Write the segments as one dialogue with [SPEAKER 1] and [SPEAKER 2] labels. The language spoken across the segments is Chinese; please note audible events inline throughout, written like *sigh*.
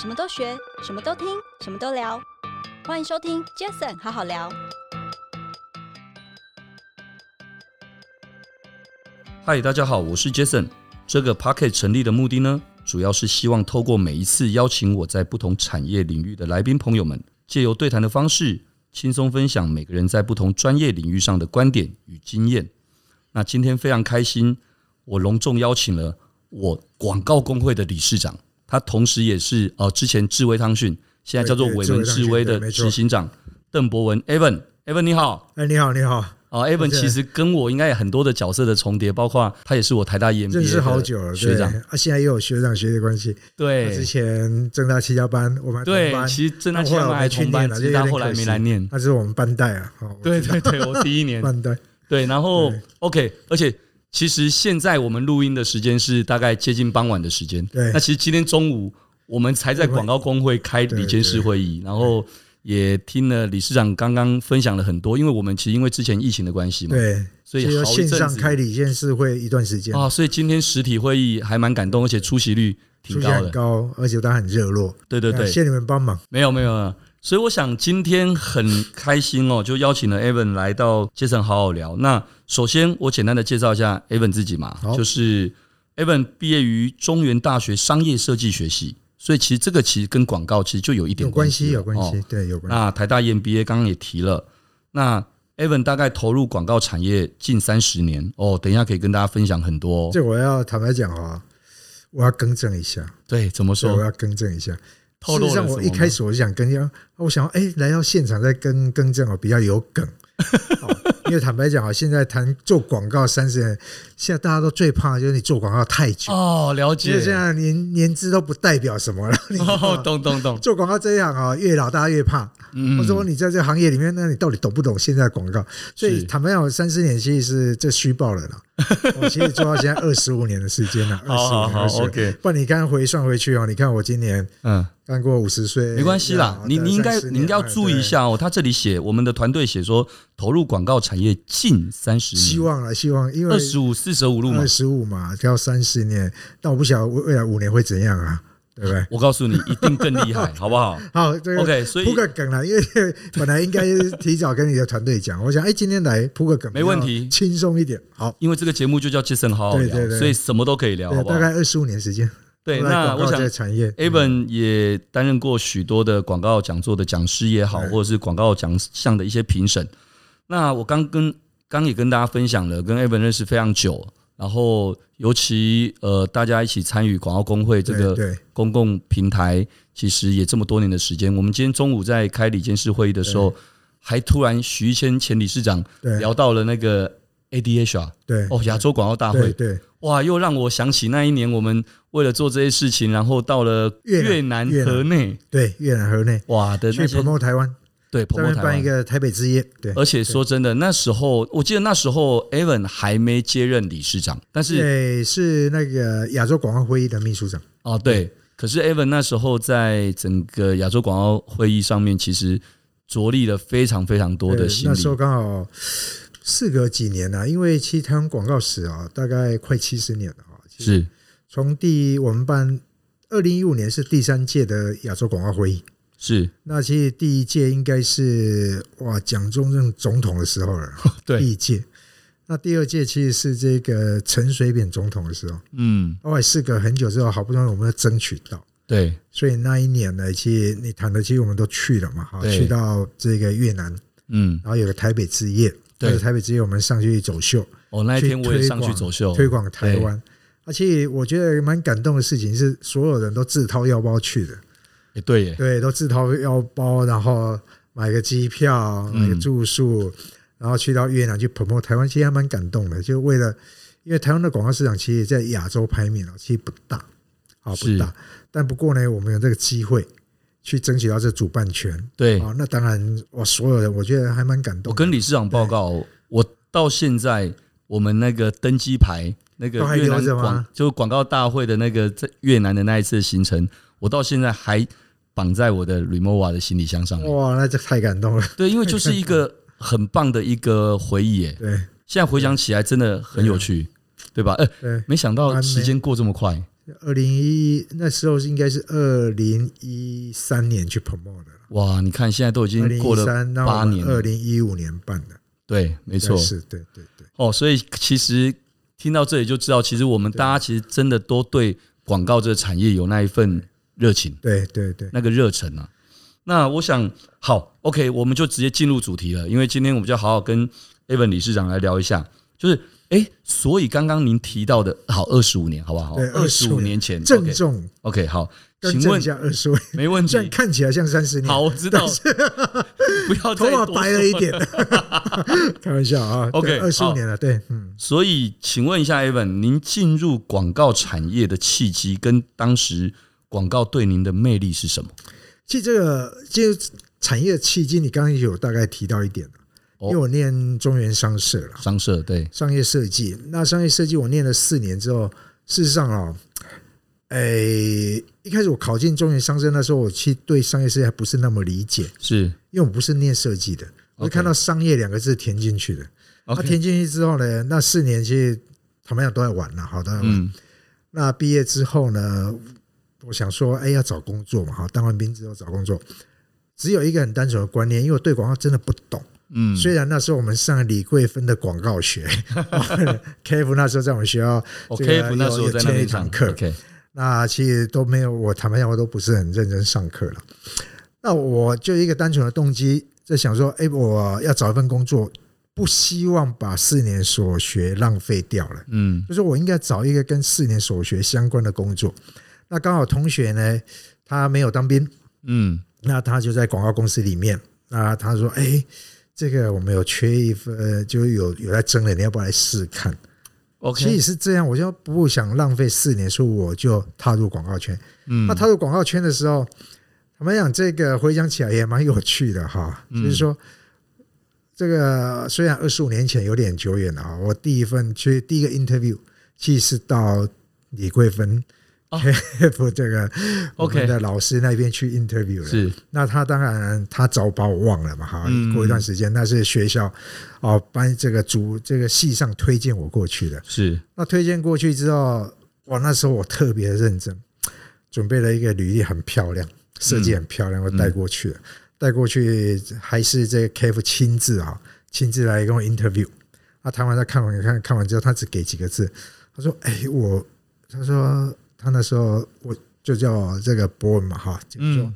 [SPEAKER 1] 什么都学，什么都听，什么都聊。欢迎收听 Jason 好好聊。
[SPEAKER 2] 嗨，大家好，我是 Jason。这个 Pocket 成立的目的呢，主要是希望透过每一次邀请我在不同产业领域的来宾朋友们，借由对谈的方式，轻松分享每个人在不同专业领域上的观点与经验。那今天非常开心，我隆重邀请了我广告工会的理事长，他同时也是呃之前智威汤讯，现在叫做
[SPEAKER 3] 对对
[SPEAKER 2] 伟文
[SPEAKER 3] 智
[SPEAKER 2] 智
[SPEAKER 3] 威
[SPEAKER 2] 威
[SPEAKER 3] 汤
[SPEAKER 2] 的
[SPEAKER 3] 讯对没错
[SPEAKER 2] 执行长邓博文 Evan。Evan 你好，
[SPEAKER 3] 哎，你好，你好，
[SPEAKER 2] 啊，Evan
[SPEAKER 3] 而且
[SPEAKER 2] 其实跟我应该有很多的角色的重叠，包括他也是我台大 E EMBA
[SPEAKER 3] 认识好久
[SPEAKER 2] 嗯的
[SPEAKER 3] 了，
[SPEAKER 2] 学长
[SPEAKER 3] 对，啊，现在又有学长学姐关系。他之
[SPEAKER 2] 对
[SPEAKER 3] 前正大七幺班，我们还同
[SPEAKER 2] 对，
[SPEAKER 3] 班，
[SPEAKER 2] 其实真的
[SPEAKER 3] 但后来
[SPEAKER 2] 前
[SPEAKER 3] 我
[SPEAKER 2] 还
[SPEAKER 3] 没去
[SPEAKER 2] 同班，
[SPEAKER 3] 念了，
[SPEAKER 2] 只
[SPEAKER 3] 就是有
[SPEAKER 2] 他
[SPEAKER 3] 点
[SPEAKER 2] 后来
[SPEAKER 3] 可惜
[SPEAKER 2] 没来
[SPEAKER 3] *laughs*
[SPEAKER 2] 念。
[SPEAKER 3] 他是我们班代啊，哦，我
[SPEAKER 2] 对对对，我第一
[SPEAKER 3] *laughs*
[SPEAKER 2] 年
[SPEAKER 3] 班代，
[SPEAKER 2] 对，然后
[SPEAKER 3] 对
[SPEAKER 2] OK，而且其实现在我们录音的时间是大概接近傍晚的时间，
[SPEAKER 3] 对
[SPEAKER 2] 那其实今天中午我们才在广告工会开
[SPEAKER 3] 对
[SPEAKER 2] 里监事会议，然后也听了理事长刚刚分享了很多，因为我们其实因为之前疫情的关系嘛，
[SPEAKER 3] 对，
[SPEAKER 2] 嗯所以
[SPEAKER 3] 就
[SPEAKER 2] 好一
[SPEAKER 3] 线
[SPEAKER 2] 阵
[SPEAKER 3] 上
[SPEAKER 2] 子
[SPEAKER 3] 开理监事会一段时间，
[SPEAKER 2] 啊，所以今天实体会议还蛮感动，而且出席率挺
[SPEAKER 3] 出现
[SPEAKER 2] 高
[SPEAKER 3] 很
[SPEAKER 2] 的。
[SPEAKER 3] 高，而且他很热络，
[SPEAKER 2] 对对
[SPEAKER 3] 感
[SPEAKER 2] 对，
[SPEAKER 3] 谢你们帮忙，
[SPEAKER 2] 没有没有没有。所以我想今天很开心哦，就邀请了 Evan 来到 Jason 好好聊。那首先我简单的介绍一下 Evan 自己嘛，
[SPEAKER 3] 好
[SPEAKER 2] 就是 Evan 毕业于中原大学商业设计学系，所以其实这个其实跟广告其实就有一点
[SPEAKER 3] 有关
[SPEAKER 2] 系
[SPEAKER 3] 系，
[SPEAKER 2] 了，
[SPEAKER 3] 有关
[SPEAKER 2] 哦
[SPEAKER 3] 系，对，有关系，
[SPEAKER 2] 那台大 EMBA 刚刚也提了，那 Evan 大概投入广告产业近三十年哦，等一下可以跟大家分享很多、哦。
[SPEAKER 3] 这我要坦白讲啊，我要更正一下，
[SPEAKER 2] 对，怎么
[SPEAKER 3] 所以我
[SPEAKER 2] 说？
[SPEAKER 3] 要更正一下，
[SPEAKER 2] 哦透
[SPEAKER 3] 事
[SPEAKER 2] 露了
[SPEAKER 3] 实上，
[SPEAKER 2] 什
[SPEAKER 3] 我
[SPEAKER 2] 么
[SPEAKER 3] 一开
[SPEAKER 2] 吗
[SPEAKER 3] 始我就想跟要，我想哎、来到现场再跟更正哦，比较有
[SPEAKER 2] *laughs*
[SPEAKER 3] 梗。哦、因为坦白讲啊，现在谈做广告三十年，现在大家都最怕的就是你做广告太久，
[SPEAKER 2] 哦，了
[SPEAKER 3] 其实
[SPEAKER 2] 解
[SPEAKER 3] 现。在年年资都不代表什么了。 *laughs* 你知道吗
[SPEAKER 2] 哦，懂懂懂，
[SPEAKER 3] 做广告这样啊，越老大家越怕。
[SPEAKER 2] 嗯
[SPEAKER 3] 或者说你在这个行业里面，那你到底懂不懂现在的广告？所以
[SPEAKER 2] 是
[SPEAKER 3] 坦白讲，我三十年其实是这虚报了啦。我其实做到现在二十五年的时间了，二
[SPEAKER 2] 嗯好
[SPEAKER 3] 十
[SPEAKER 2] *laughs*
[SPEAKER 3] 五
[SPEAKER 2] 好
[SPEAKER 3] 年
[SPEAKER 2] 好
[SPEAKER 3] 二十五。
[SPEAKER 2] ，OK，
[SPEAKER 3] 不然你刚刚回算回去哦，你看我今年
[SPEAKER 2] 嗯，
[SPEAKER 3] 干过五十岁，
[SPEAKER 2] 没关系啦
[SPEAKER 3] 要，
[SPEAKER 2] 你你应该
[SPEAKER 3] 30年哎
[SPEAKER 2] 你应该要
[SPEAKER 3] 了
[SPEAKER 2] 注意一。下哦。他这里写，我们的团队写说，投入广告产业近三十
[SPEAKER 3] 对希
[SPEAKER 2] 年，
[SPEAKER 3] 望了，希望因
[SPEAKER 2] 嗯
[SPEAKER 3] 为
[SPEAKER 2] 二十五、四舍五入嘛
[SPEAKER 3] 二。十五嘛，到三十年，但我不晓得未来五年会怎样啊，对不对？
[SPEAKER 2] 我告诉你，一定更厉
[SPEAKER 3] *laughs*
[SPEAKER 2] 害，好不好
[SPEAKER 3] 好，这个
[SPEAKER 2] ？OK，所以
[SPEAKER 3] 铺个梗啦，因为 *laughs* 本来应该提早跟你的团队讲，我想哎，今天来铺个梗，
[SPEAKER 2] 没问题
[SPEAKER 3] 比较轻松一点。好，
[SPEAKER 2] 因为这个节目就叫 Jason 好好
[SPEAKER 3] 对对
[SPEAKER 2] 聊，
[SPEAKER 3] 对
[SPEAKER 2] 啊所以什么都可以聊，
[SPEAKER 3] 对
[SPEAKER 2] 好，不
[SPEAKER 3] 大
[SPEAKER 2] 好？
[SPEAKER 3] 概二十五年时间，
[SPEAKER 2] 对，
[SPEAKER 3] 都在
[SPEAKER 2] 那
[SPEAKER 3] 广告
[SPEAKER 2] 我
[SPEAKER 3] 这
[SPEAKER 2] 想
[SPEAKER 3] 个产业嗯
[SPEAKER 2] Evan 也担任过许多的广告讲座的讲师也好，
[SPEAKER 3] 对
[SPEAKER 2] 或者是广告奖项的一些评审。那我刚跟刚也跟大家分享了，跟 Evan 认识非常久，然后尤其呃，大家一起参与广告工会这
[SPEAKER 3] 对
[SPEAKER 2] 个
[SPEAKER 3] 对
[SPEAKER 2] 公共平台，其实也这么多年的时间。我们今天中午在开理监事会议的时候，还突然徐一谦前理事长
[SPEAKER 3] 对
[SPEAKER 2] 聊到了那个 ADHR
[SPEAKER 3] 对
[SPEAKER 2] 哦，亚洲广告大
[SPEAKER 3] 对
[SPEAKER 2] 会，
[SPEAKER 3] 对
[SPEAKER 2] 哇，又让我想起那一年我们为了做这些事情，然后到了
[SPEAKER 3] 越南
[SPEAKER 2] 越南
[SPEAKER 3] 越南
[SPEAKER 2] 河内，
[SPEAKER 3] 对，越南河内
[SPEAKER 2] 哇的
[SPEAKER 3] 去
[SPEAKER 2] 那些
[SPEAKER 3] promote 台湾，
[SPEAKER 2] 对
[SPEAKER 3] 这
[SPEAKER 2] promo
[SPEAKER 3] 边
[SPEAKER 2] 台
[SPEAKER 3] 办一
[SPEAKER 2] 湾。
[SPEAKER 3] 个台北之夜，对，
[SPEAKER 2] 而且说真的，那时候我记得那时候 Evan 还没接任理事长，但是
[SPEAKER 3] 对，是那个亚洲广告会议的秘书长。
[SPEAKER 2] 哦对，可是 Evan 那时候在整个亚洲广告会议上面，其实着力了非常非常多的
[SPEAKER 3] 对
[SPEAKER 2] 心
[SPEAKER 3] 那
[SPEAKER 2] 力
[SPEAKER 3] 时。候刚好事隔几年呢、因为其实台湾广告史啊，大概快七十年了啊。其实
[SPEAKER 2] 是
[SPEAKER 3] 从第我们办二零一五年是第三届的亚洲广告会议，
[SPEAKER 2] 是，
[SPEAKER 3] 那其实第一届应该是哇蒋中正总统的时候了，
[SPEAKER 2] *laughs* 对，
[SPEAKER 3] 第一届。那第二届其实是这个陈水扁总统的时候，
[SPEAKER 2] 嗯，
[SPEAKER 3] 后来事隔很久之后，好不容易我们又争取到。
[SPEAKER 2] 对，
[SPEAKER 3] 所以那一年呢，其实你谈的，其实我们都去了嘛，哈，
[SPEAKER 2] 对
[SPEAKER 3] 去到这个越南，
[SPEAKER 2] 嗯，
[SPEAKER 3] 然后有个台北之夜，
[SPEAKER 2] 对
[SPEAKER 3] 那个台北之夜我们上去走秀，
[SPEAKER 2] 哦，那一天我也上去
[SPEAKER 3] 去
[SPEAKER 2] 走秀，
[SPEAKER 3] 推广台湾。而且我觉得蛮感动的事情是，所有人都自掏腰包去的，
[SPEAKER 2] 诶，对耶，
[SPEAKER 3] 对，都自掏腰包，然后买个机票，
[SPEAKER 2] 嗯
[SPEAKER 3] 买个住宿，然后去到越南去 promote 台湾，其实还蛮感动的。就为了，因为台湾的广告市场其实在亚洲排名啊，其实不大，啊
[SPEAKER 2] 是
[SPEAKER 3] 不大。但不过呢，我们有这个机会去争取到这主办权，
[SPEAKER 2] 对，
[SPEAKER 3] 啊，那当然，我所有人我觉得还蛮感动的。
[SPEAKER 2] 我跟理事长报告，我到现在我们那个登机牌，那个
[SPEAKER 3] 都还
[SPEAKER 2] 越南
[SPEAKER 3] 留着吗
[SPEAKER 2] 广就广告大会的那个在越南的那一次的行程，我到现在还绑在我的 Remova 的行李箱上面。
[SPEAKER 3] 哇，那这太感动了。
[SPEAKER 2] 对，因为就是一个很棒的一个回忆耶。
[SPEAKER 3] 对
[SPEAKER 2] 现在回想起来，真的很有趣，对吧？呃，
[SPEAKER 3] 对，
[SPEAKER 2] 没想到时间过这么快，
[SPEAKER 3] 二零一那时候是应该是二零一三年去 promote 的，
[SPEAKER 2] 哇，你看现在都已
[SPEAKER 3] 二
[SPEAKER 2] 经
[SPEAKER 3] 零
[SPEAKER 2] 过
[SPEAKER 3] 一
[SPEAKER 2] 了
[SPEAKER 3] 三那
[SPEAKER 2] 八
[SPEAKER 3] 我们
[SPEAKER 2] 年
[SPEAKER 3] 二
[SPEAKER 2] 了，
[SPEAKER 3] 零一五年办的，
[SPEAKER 2] 对，没错，
[SPEAKER 3] 是，对对对，
[SPEAKER 2] 哦，所以其实听到这里就知道，其实我们大家其实真的都对广告这个产业有那一份热情，
[SPEAKER 3] 对对对，
[SPEAKER 2] 那个热忱啊。那我想，好，OK，我们就直接进入主题了，因为今天我们就好好跟 Evan 理事长来聊一下，就是，哎，所以刚刚您提到的，好，二十五年，好不好？
[SPEAKER 3] 对
[SPEAKER 2] 二十五
[SPEAKER 3] 25
[SPEAKER 2] 年前
[SPEAKER 3] 郑重
[SPEAKER 2] ，OK，OK，好，
[SPEAKER 3] 更
[SPEAKER 2] 请
[SPEAKER 3] 正
[SPEAKER 2] 问
[SPEAKER 3] 一下二十位，
[SPEAKER 2] 没问
[SPEAKER 3] 虽然
[SPEAKER 2] 题，
[SPEAKER 3] 看起来像三十年，
[SPEAKER 2] 好，我知道，不要
[SPEAKER 3] 头
[SPEAKER 2] 再
[SPEAKER 3] 发
[SPEAKER 2] 多
[SPEAKER 3] 白了
[SPEAKER 2] 说
[SPEAKER 3] 一
[SPEAKER 2] *laughs*
[SPEAKER 3] 点，开玩笑啊
[SPEAKER 2] OK，
[SPEAKER 3] 二十
[SPEAKER 2] 好
[SPEAKER 3] 五年了，对，嗯，
[SPEAKER 2] 所以，请问一下，Evan，您进入广告产业的契机跟当时广告对您的魅力是什么？
[SPEAKER 3] 其实这个其实产业契机，你刚刚有大概提到一点了，
[SPEAKER 2] 哦
[SPEAKER 3] 因为我念中原商社了。
[SPEAKER 2] 商社对，
[SPEAKER 3] 商业设计。那商业设计我念了四年之后，事实上哦，诶、一开始我考进中原商社那时候，我其实对商业设计还不是那么理解，
[SPEAKER 2] 是
[SPEAKER 3] 因为我不是念设计的，我是
[SPEAKER 2] OK
[SPEAKER 3] 看到“商业”两个字填进去的。那、
[SPEAKER 2] OK，
[SPEAKER 3] 填进去之后呢，那四年其实坦白讲都在玩了，好的。
[SPEAKER 2] 嗯，
[SPEAKER 3] 那毕业之后呢，我想说，哎，要找工作嘛，哈，当完兵之后找工作。只有一个很单纯的观念，因为我对广告真的不懂，
[SPEAKER 2] 嗯，
[SPEAKER 3] 虽然那时候我们上李桂芬的广
[SPEAKER 2] *laughs*
[SPEAKER 3] 告学 *laughs* ，KF 那时候在我们学校，
[SPEAKER 2] 我
[SPEAKER 3] 这个
[SPEAKER 2] KF 哦那时候
[SPEAKER 3] 有
[SPEAKER 2] 在那
[SPEAKER 3] 有
[SPEAKER 2] 边
[SPEAKER 3] 一堂
[SPEAKER 2] 上
[SPEAKER 3] 课
[SPEAKER 2] ，OK，
[SPEAKER 3] 那其实都没有，我坦白讲，我都不是很认真上课了。那我就一个单纯的动机，在想说，哎、我要找一份工作，不希望把四年所学浪费掉了，
[SPEAKER 2] 嗯
[SPEAKER 3] 就是我应该找一个跟四年所学相关的工作。那刚好同学呢，他没有当兵，
[SPEAKER 2] 嗯
[SPEAKER 3] 那他就在广告公司里面，那他说：“哎、这个我们有缺一份，呃就有有在争了，你要不要来试试看？”其
[SPEAKER 2] ，OK，
[SPEAKER 3] 实是这样，我就不想浪费四年，所以我就踏入广告圈。
[SPEAKER 2] 嗯
[SPEAKER 3] 那踏入广告圈的时候，坦白讲，这个回想起来也蛮有趣的哈，
[SPEAKER 2] 嗯
[SPEAKER 3] 就是说。这个虽然二十五年前有点久远了啊，我第一份去第一个 interview，其实是到李桂芬
[SPEAKER 2] 哦
[SPEAKER 3] KF *laughs* 这个我
[SPEAKER 2] OK
[SPEAKER 3] 们的老师那边去 interview 了。
[SPEAKER 2] 是
[SPEAKER 3] 那他当然他早把我忘了嘛，哈
[SPEAKER 2] 嗯，
[SPEAKER 3] 过一段时间那是学校哦班这个组这个系上推荐我过去的。
[SPEAKER 2] 是，
[SPEAKER 3] 那推荐过去之后，哇，那时候我特别认真，准备了一个履历很漂亮，设计很漂亮，我带过去了，带过去还是这个 KF 亲自啊亲自来跟我 interview。那啊谈完他看完看看完之后，他只给几个字，他说：“哎、我他说他那时候我就叫这个博文嘛哈，就说。
[SPEAKER 2] 嗯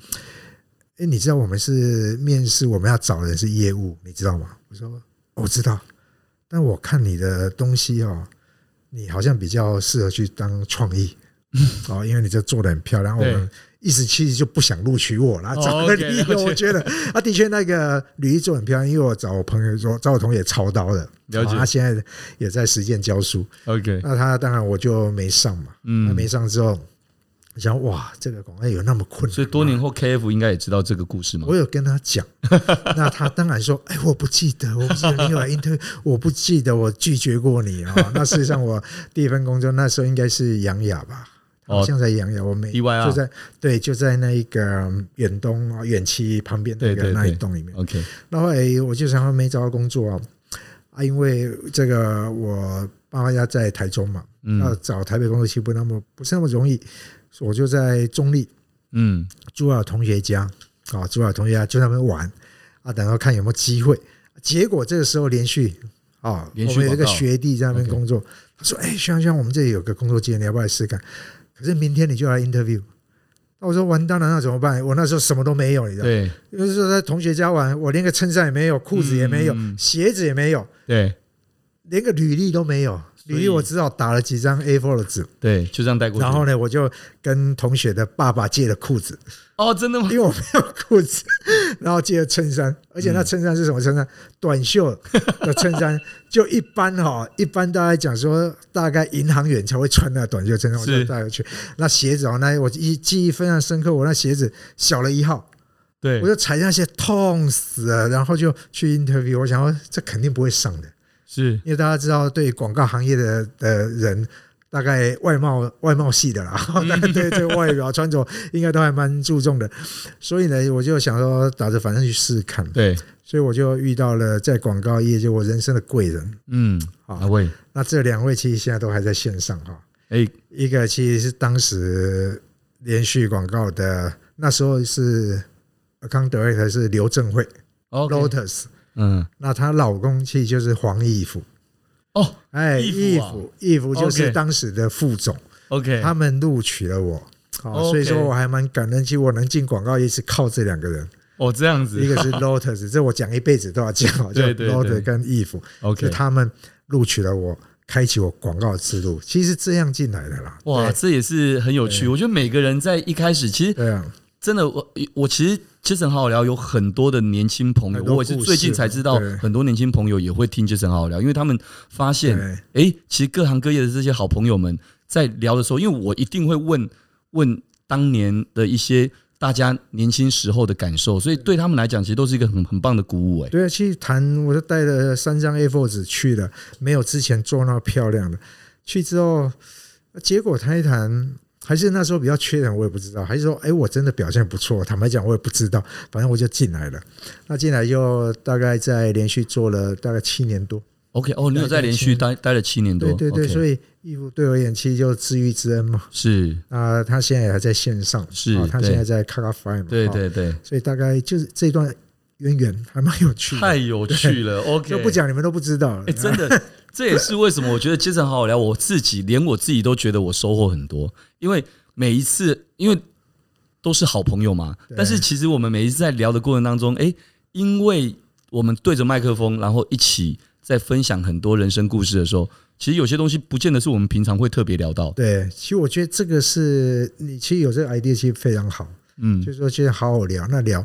[SPEAKER 3] 哎，你知道我们是面试，我们要找人是业务，你知道吗？我说我知道，但我看你的东西哦，你好像比较适合去当创意哦，因为你这做的很漂亮。
[SPEAKER 2] 嗯
[SPEAKER 3] 我
[SPEAKER 2] 对
[SPEAKER 3] 们一时气就不想录取我了，
[SPEAKER 2] 哦
[SPEAKER 3] 找个
[SPEAKER 2] OK，
[SPEAKER 3] 理由。
[SPEAKER 2] 了解
[SPEAKER 3] 我觉得啊，的确那个履历做得很漂亮，因为我找我朋友说，找我同学操刀的，
[SPEAKER 2] 了解
[SPEAKER 3] 哦他现在也在实践教书，
[SPEAKER 2] OK，
[SPEAKER 3] 那他当然我就没上嘛。那
[SPEAKER 2] 嗯，
[SPEAKER 3] 没上之后，我想哇，这个广告哎有那么困难吗？
[SPEAKER 2] 所以多年后 KF 应该也知道这个故事嘛
[SPEAKER 3] 我有跟他
[SPEAKER 2] *laughs*
[SPEAKER 3] 讲，那他当然说：“哎，我不记得，我不记得你有来 interview，我不记得我拒绝过你啊、那事实上，我第一份工作那时候应该是杨雅
[SPEAKER 2] 哦
[SPEAKER 3] 吧，
[SPEAKER 2] 啊
[SPEAKER 3] 好像在杨雅，我没
[SPEAKER 2] DYR
[SPEAKER 3] 就在对，就在那一个嗯远东啊远期旁边那
[SPEAKER 2] 对
[SPEAKER 3] 个
[SPEAKER 2] 对
[SPEAKER 3] 那一
[SPEAKER 2] 对
[SPEAKER 3] 栋里面。
[SPEAKER 2] ？OK，
[SPEAKER 3] 那后来我就想说没找到工作啊，啊，因为这个我爸妈家在台中嘛，要
[SPEAKER 2] 嗯
[SPEAKER 3] 找台北工作其实不那么不是那么容易，所以我就在中立。
[SPEAKER 2] 嗯
[SPEAKER 3] 朱尔同学家啊，朱尔同学家就在那边玩啊，等到看有没有机会。结果这个时候连续啊，
[SPEAKER 2] 连续
[SPEAKER 3] 我们有一个
[SPEAKER 2] 广告
[SPEAKER 3] 学弟在那边
[SPEAKER 2] OK
[SPEAKER 3] 工作，他说：“哎、轩轩，我们这里有个工作机会，你要不要来试试看？可是明天你就要来 interview。”那我说：“完蛋了，那怎么办？我那时候什么都没有，你知道吗？
[SPEAKER 2] 对
[SPEAKER 3] 因为是在同学家玩，我连个衬衫也没有，裤子也没有，
[SPEAKER 2] 嗯
[SPEAKER 3] 鞋子也没有，
[SPEAKER 2] 对
[SPEAKER 3] 连个履历都没有。
[SPEAKER 2] 所以
[SPEAKER 3] 履历我只好打了几张 A4 的纸，
[SPEAKER 2] 对，就这样带过去。
[SPEAKER 3] 然后呢，我就跟同学的爸爸借了
[SPEAKER 2] *laughs*
[SPEAKER 3] 裤子，
[SPEAKER 2] 哦，真的吗
[SPEAKER 3] 因为我没有裤子，然后借了衬衫，而且那衬衫是什么衬衫？
[SPEAKER 2] 嗯
[SPEAKER 3] 短袖的衬衫，就一般
[SPEAKER 2] *laughs*
[SPEAKER 3] 哈、一般大家讲说，大概银行员才会穿那短袖衬衫，我
[SPEAKER 2] 是
[SPEAKER 3] 就带回去。那鞋子哦，那我记记忆非常深刻，我那鞋子小了一号，
[SPEAKER 2] 对
[SPEAKER 3] 我，就踩那些痛死了，然后就去 interview，我想说这肯定不会上的，
[SPEAKER 2] 是
[SPEAKER 3] 因为大家知道对广告行业的的人。大概外貌外貌系的啦，大概对这个外表穿着应该都还蛮注重的，所以呢，我就想说打着反正去试试看，
[SPEAKER 2] 对，
[SPEAKER 3] 所以我就遇到了在广告业就我人生的贵人。
[SPEAKER 2] 嗯，
[SPEAKER 3] 好
[SPEAKER 2] 哪位？
[SPEAKER 3] 那这两位其实现在都还在线上哈，
[SPEAKER 2] 哎，
[SPEAKER 3] 一个其实是当时连续广告的，那时候是 account director 是刘正惠
[SPEAKER 2] 哦
[SPEAKER 3] Lotus，
[SPEAKER 2] 嗯，
[SPEAKER 3] 那她老公其实就是黄义夫，
[SPEAKER 2] 哦
[SPEAKER 3] 哎，
[SPEAKER 2] 义
[SPEAKER 3] 义
[SPEAKER 2] 夫啊
[SPEAKER 3] 夫义夫就是
[SPEAKER 2] OK
[SPEAKER 3] 当时的副总，
[SPEAKER 2] ，OK，
[SPEAKER 3] 他们录取了我。哦，
[SPEAKER 2] OK
[SPEAKER 3] 所以说我还蛮感恩，其实我能进广告业是靠这两个人，
[SPEAKER 2] 哦这样子，
[SPEAKER 3] 一个是 Lotus，这我讲一辈子都要讲哦，就
[SPEAKER 2] *laughs* 对对对
[SPEAKER 3] Lotus 跟 Eve，就 *laughs*
[SPEAKER 2] OK，
[SPEAKER 3] 他们录取了我，开启我广告之路，其实是这样进来的啦。
[SPEAKER 2] 哇，
[SPEAKER 3] 对
[SPEAKER 2] 这也是很有趣。我觉得每个人在一开始，其实
[SPEAKER 3] 对啊，
[SPEAKER 2] 真的，我我其实杰森好好聊有很多的年轻朋友，
[SPEAKER 3] 很多
[SPEAKER 2] 我也是最近才知道，
[SPEAKER 3] 故事对
[SPEAKER 2] 很多年轻朋友也会听杰森好好聊，因为他们发现，哎、其实各行各业的这些好朋友们在聊的时候，因为我一定会问问当年的一些大家年轻时候的感受，所以对他们来讲，其实都是一个很很棒的鼓舞、哎，
[SPEAKER 3] 对啊，去谈，我就带了三张 A4 纸去了，没有之前做那么漂亮的。去之后，结果谈一谈，还是那时候比较缺人，我也不知道，还是说，哎，我真的表现不错。坦白讲，我也不知道，反正我就进来了。那进来就大概在连续做了大概七年多，
[SPEAKER 2] OK，哦，你有在连续待待了七年多，
[SPEAKER 3] 对对对，所
[SPEAKER 2] 以
[SPEAKER 3] 以义父对我演其实就知遇之恩嘛。
[SPEAKER 2] 是，
[SPEAKER 3] 啊、他现在也还在线上，
[SPEAKER 2] 是
[SPEAKER 3] 啊他
[SPEAKER 2] 对
[SPEAKER 3] 现在在 c a c a f i 嘛，
[SPEAKER 2] 对
[SPEAKER 3] 哦
[SPEAKER 2] 对对，
[SPEAKER 3] 所以大概就是这段渊源还蛮有趣的，
[SPEAKER 2] 太有趣了，OK，
[SPEAKER 3] 就不讲你们都不知道了。
[SPEAKER 2] 哎、真
[SPEAKER 3] *laughs*
[SPEAKER 2] 的，这也是为什么我觉得杰森好好聊，我自己连我自己都觉得我收获很多，因为每一次，因为都是好朋友嘛，
[SPEAKER 3] 对
[SPEAKER 2] 但是其实我们每一次在聊的过程当中，哎、因为我们对着麦克风，然后一起在分享很多人生故事的时候，其实有些东西不见得是我们平常会特别聊到的，
[SPEAKER 3] 对，其实我觉得这个是你其实有这个 idea，其实非常好，
[SPEAKER 2] 嗯
[SPEAKER 3] 就，是说其实好好聊，那聊，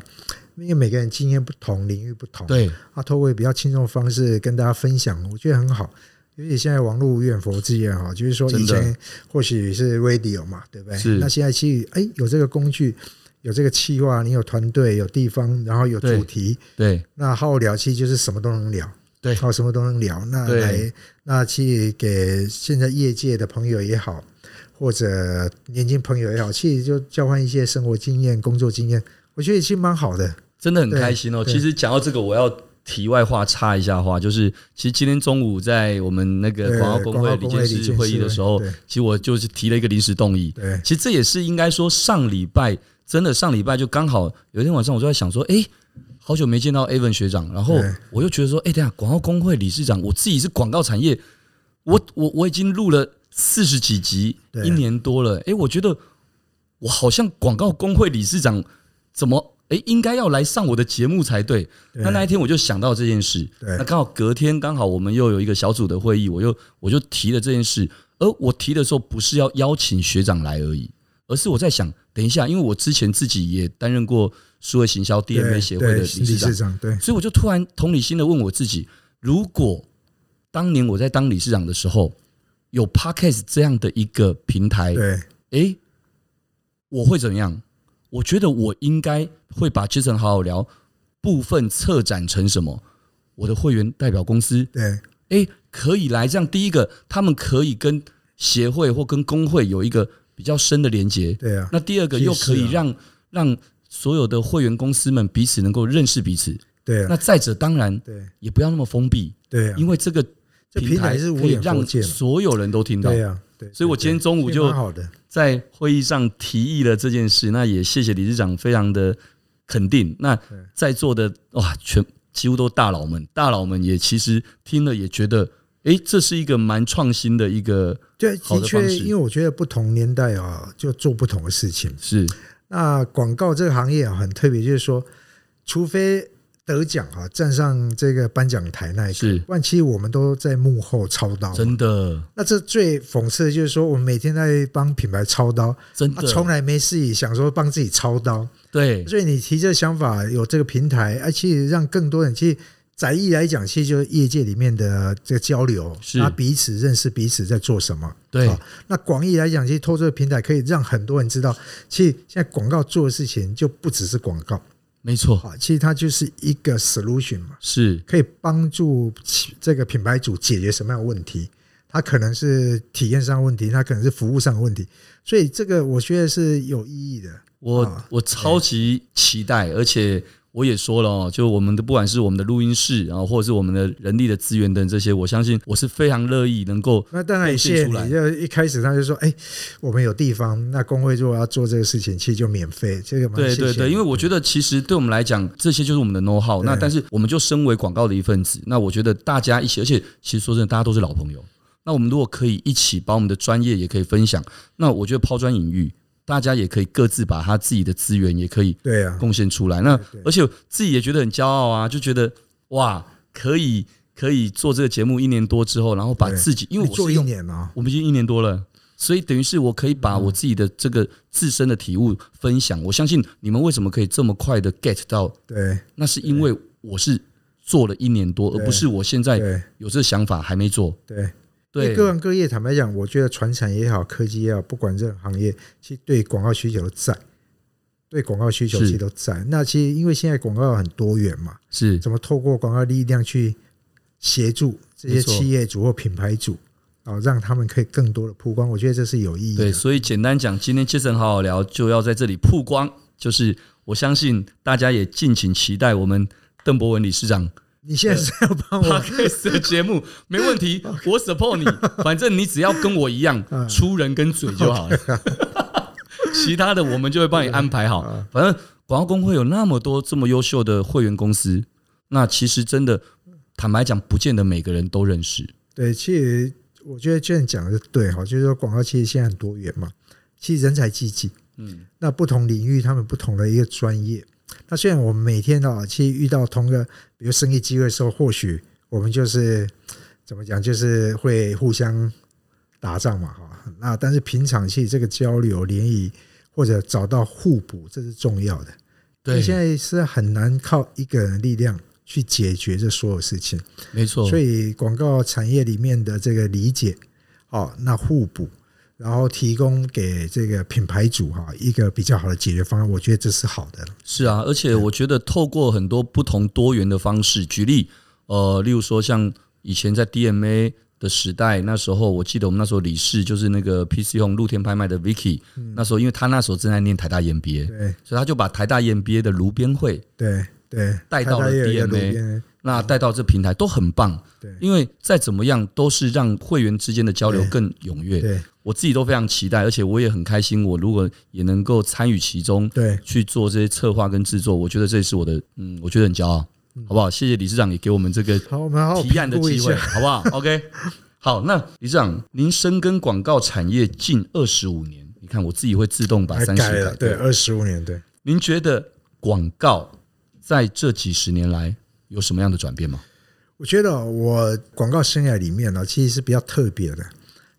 [SPEAKER 3] 因为每个人经验不同，领域不同，，
[SPEAKER 2] 对，
[SPEAKER 3] 啊，透过比较轻松的方式跟大家分享，我觉得很好。尤其现在网络无远佛之言哈，就是说
[SPEAKER 2] 真
[SPEAKER 3] 以
[SPEAKER 2] 的
[SPEAKER 3] 前或许是 radio 嘛，对不对？
[SPEAKER 2] 是
[SPEAKER 3] 那现在其实哎、有这个工具，有这个企划，你有团队，有地方，然后有
[SPEAKER 2] 对
[SPEAKER 3] 主题，
[SPEAKER 2] 对，
[SPEAKER 3] 那好好聊，其实就是什么都能聊，
[SPEAKER 2] 对
[SPEAKER 3] 好什么都能聊。那
[SPEAKER 2] 对
[SPEAKER 3] 来，那去给现在业界的朋友也好，或者年轻朋友也好，其实就交换一些生活经验、工作经验，我觉得其实蛮好的。
[SPEAKER 2] 真的很
[SPEAKER 3] 对
[SPEAKER 2] 开心哦。
[SPEAKER 3] 对
[SPEAKER 2] 其实讲到这个，我要题外话插一下话，就是其实今天中午在我们那个
[SPEAKER 3] 对
[SPEAKER 2] 广告工会
[SPEAKER 3] 广告
[SPEAKER 2] 理
[SPEAKER 3] 工会
[SPEAKER 2] 监
[SPEAKER 3] 理
[SPEAKER 2] 事
[SPEAKER 3] 监
[SPEAKER 2] 会议
[SPEAKER 3] 事
[SPEAKER 2] 的时候
[SPEAKER 3] 对，
[SPEAKER 2] 其实我就是提了一个临时动议。
[SPEAKER 3] 对，
[SPEAKER 2] 其实这也是应该说上礼拜真的上礼拜就刚好有一天晚上，我就在想说，诶，好久没见到 Avon 学长，然后
[SPEAKER 3] 对
[SPEAKER 2] 我又觉得说，诶，等一下广告工会理事长，我自己是广告产业，我我我已经录了四十几集，
[SPEAKER 3] 对
[SPEAKER 2] 一年多了，诶，我觉得我好像广告工会理事长怎么？诶，应该要来上我的节目才对。
[SPEAKER 3] 对
[SPEAKER 2] 那那一天我就想到这件事，
[SPEAKER 3] 对
[SPEAKER 2] 那刚好隔天刚好我们又有一个小组的会议，我又我就提了这件事，而我提的时候不是要邀请学长来而已，而是我在想，等一下，因为我之前自己也担任过数位行销
[SPEAKER 3] 对
[SPEAKER 2] DMA 协会
[SPEAKER 3] 对
[SPEAKER 2] 的理
[SPEAKER 3] 理
[SPEAKER 2] 事长
[SPEAKER 3] 事，长，对
[SPEAKER 2] 所以我就突然同理心的问我自己：如果当年我在当理事长的时候，有 Podcast 这样的一个平台，
[SPEAKER 3] 对
[SPEAKER 2] 诶，我会怎样？我觉得我应该会把 Jason 好好聊部分策展成什么？我的会员代表公司，
[SPEAKER 3] 对
[SPEAKER 2] 诶，可以来这样。第一个，他们可以跟协会或跟工会有一个比较深的连接。
[SPEAKER 3] 对啊，
[SPEAKER 2] 那第二个，
[SPEAKER 3] 其实
[SPEAKER 2] 又可以
[SPEAKER 3] 啊
[SPEAKER 2] 让让所有的会员公司们彼此能够认识彼此。
[SPEAKER 3] 对啊，
[SPEAKER 2] 那再者，当然
[SPEAKER 3] 对啊
[SPEAKER 2] 也不要那么封闭，
[SPEAKER 3] 对啊，
[SPEAKER 2] 因为这个
[SPEAKER 3] 这平
[SPEAKER 2] 台
[SPEAKER 3] 台是无
[SPEAKER 2] 可以
[SPEAKER 3] 眼
[SPEAKER 2] 让
[SPEAKER 3] 佛界嘛，
[SPEAKER 2] 所有人都听到。
[SPEAKER 3] 对啊，对，啊
[SPEAKER 2] 所以我今天中午就
[SPEAKER 3] 蛮好的，
[SPEAKER 2] 在会议上提议了这件事，那也谢谢理事长非常的肯定。那在座的哇，全几乎都大佬们，大佬们也其实听了也觉得，诶，这是一个蛮创新的一个
[SPEAKER 3] 对，
[SPEAKER 2] 好的
[SPEAKER 3] 的确
[SPEAKER 2] 方，式
[SPEAKER 3] 因为我觉得不同年代啊，就做不同的事情。
[SPEAKER 2] 是
[SPEAKER 3] 那广告这个行业啊，很特别，就是说，除非得奖啊，站上这个颁奖台那一刻，
[SPEAKER 2] 是
[SPEAKER 3] 不然其实我们都在幕后操刀。
[SPEAKER 2] 真的，
[SPEAKER 3] 那这最讽刺的就是说，我们每天在帮品牌操刀，
[SPEAKER 2] 真
[SPEAKER 3] 啊，从啊
[SPEAKER 2] 的，
[SPEAKER 3] 来没自己想说帮自己操刀。
[SPEAKER 2] 对，
[SPEAKER 3] 所以你提这个想法，有这个平台，而且让更多人去。窄义来讲，其实就是业界里面的这个交流，
[SPEAKER 2] 是
[SPEAKER 3] 那彼此认识彼此在做什么。
[SPEAKER 2] 对
[SPEAKER 3] 好，那广义来讲，其实透过这个平台可以让很多人知道，其实现在广告做的事情就不只是广告
[SPEAKER 2] 没错，
[SPEAKER 3] 啊，其实它就是一个 solution 嘛，
[SPEAKER 2] 是
[SPEAKER 3] 可以帮助其这个品牌主解决什么样的问题。它可能是体验上的问题，它可能是服务上的问题，所以这个我觉得是有意义的。
[SPEAKER 2] 我
[SPEAKER 3] 啊
[SPEAKER 2] 我超级期待，而且。我也说了哦，就我们的不管是我们的录音室啊，或者是我们的人力的资源等这些，我相信我是非常乐意能够
[SPEAKER 3] 那当然也谢谢
[SPEAKER 2] 贡献出来
[SPEAKER 3] 你，就一开始他就说，哎，我们有地方，那工会如果要做这个事情，其实就免费，这个蛮
[SPEAKER 2] 对
[SPEAKER 3] 谢谢
[SPEAKER 2] 对对，
[SPEAKER 3] 你
[SPEAKER 2] 因为我觉得其实对我们来讲，这些就是我们的 know how。那但是我们就身为广告的一份子，那我觉得大家一起，而且其实说真的，大家都是老朋友。那我们如果可以一起把我们的专业也可以分享，那我觉得抛砖引玉，大家也可以各自把他自己的资源也可以
[SPEAKER 3] 对啊，
[SPEAKER 2] 贡献出来。那而且自己也觉得很骄傲啊，就觉得哇，可以可以做这个节目一年多之后，然后把
[SPEAKER 3] 对
[SPEAKER 2] 自己，因为
[SPEAKER 3] 你
[SPEAKER 2] 我
[SPEAKER 3] 做
[SPEAKER 2] 是
[SPEAKER 3] 一
[SPEAKER 2] 用
[SPEAKER 3] 年啊，
[SPEAKER 2] 我们已经一年多了，所以等于是我可以把我自己的这个自身的体悟分享。我相信你们为什么可以这么快的 get 到，
[SPEAKER 3] 对
[SPEAKER 2] 那是因为我是做了一年多，
[SPEAKER 3] 对
[SPEAKER 2] 而不是我现在
[SPEAKER 3] 对
[SPEAKER 2] 有这想法还没做。
[SPEAKER 3] 对。因为
[SPEAKER 2] 对，
[SPEAKER 3] 各行各业，坦白讲，我觉得传产也好，科技也好，不管任何行业，其实对广告需求都在，对广告需求
[SPEAKER 2] 是
[SPEAKER 3] 其实都在。那其实因为现在广告很多元嘛，
[SPEAKER 2] 是
[SPEAKER 3] 怎么透过广告力量去协助这些
[SPEAKER 2] 没错
[SPEAKER 3] 企业主或品牌主啊、哦，让他们可以更多的曝光，我觉得这是有意义
[SPEAKER 2] 对，
[SPEAKER 3] 的。
[SPEAKER 2] 所以简单讲，今天 Jason 好好聊就要在这里曝光，就是我相信大家也敬请期待我们邓博文理事长
[SPEAKER 3] 你现在是要
[SPEAKER 2] 嗯
[SPEAKER 3] 帮我
[SPEAKER 2] podcast 的节 *laughs* 目，没问题，我 support 你，反正你只要跟我一样出人跟嘴就好了， *laughs* 其他的我们就会帮你安排好。反正广告工会有那么多这么优秀的会员公司，那其实真的坦白讲，不见得每个人都认识。
[SPEAKER 3] 对，其实我觉得 Jane 讲的是对哈，就是说广告其实现在很多元嘛，其实人才济济，
[SPEAKER 2] 嗯，
[SPEAKER 3] 那不同领域他们不同的一个专业。那虽然我们每天啊，其实遇到同个比如生意机会的时候，或许我们就是怎么讲，就是会互相打仗嘛哈。那但是平常其实这个交流、联谊或者找到互补，这是重要的。
[SPEAKER 2] 对，
[SPEAKER 3] 现在是很难靠一个人的力量去解决这所有事情。
[SPEAKER 2] 没错，
[SPEAKER 3] 所以广告产业里面的这个理解，哦，那互补，然后提供给这个品牌主哈一个比较好的解决方案，我觉得这是好的。
[SPEAKER 2] 是啊，而且我觉得透过很多不同多元的方式，举例，呃，例如说像以前在 DMA 的时代，那时候我记得我们那时候理事就是那个 PC Home 露天拍卖的 Vicky，、那时候因为他那时候正在念台大 MBA，
[SPEAKER 3] 嗯对
[SPEAKER 2] 所以他就把台大 MBA 的炉边会
[SPEAKER 3] 对对，
[SPEAKER 2] 带到了
[SPEAKER 3] 大家也有一个
[SPEAKER 2] DNA
[SPEAKER 3] 路边
[SPEAKER 2] 那带到这平台都很棒，
[SPEAKER 3] 对
[SPEAKER 2] 因为再怎么样都是让会员之间的交流
[SPEAKER 3] 对
[SPEAKER 2] 更踊跃，
[SPEAKER 3] 对
[SPEAKER 2] 我自己都非常期待，而且我也很开心，我如果也能够参与其中，
[SPEAKER 3] 对，
[SPEAKER 2] 去做这些策划跟制作，我觉得这是我的，嗯，我觉得很骄傲，好不好？谢谢理事长也给我们这个
[SPEAKER 3] 好，我们好好
[SPEAKER 2] 提案的
[SPEAKER 3] 评估
[SPEAKER 2] 机
[SPEAKER 3] 一
[SPEAKER 2] 会，
[SPEAKER 3] 下。
[SPEAKER 2] 好不
[SPEAKER 3] *laughs*
[SPEAKER 2] 好？OK，好，那理事长，您深耕广告产业近二十五年，你看我自己会自动把
[SPEAKER 3] 还
[SPEAKER 2] 三
[SPEAKER 3] 哎改
[SPEAKER 2] 十
[SPEAKER 3] 了，对，，二十五年，对，
[SPEAKER 2] 您觉得广告在这几十年来有什么样的转变吗？
[SPEAKER 3] 我觉得我广告生涯里面呢，其实是比较特别的，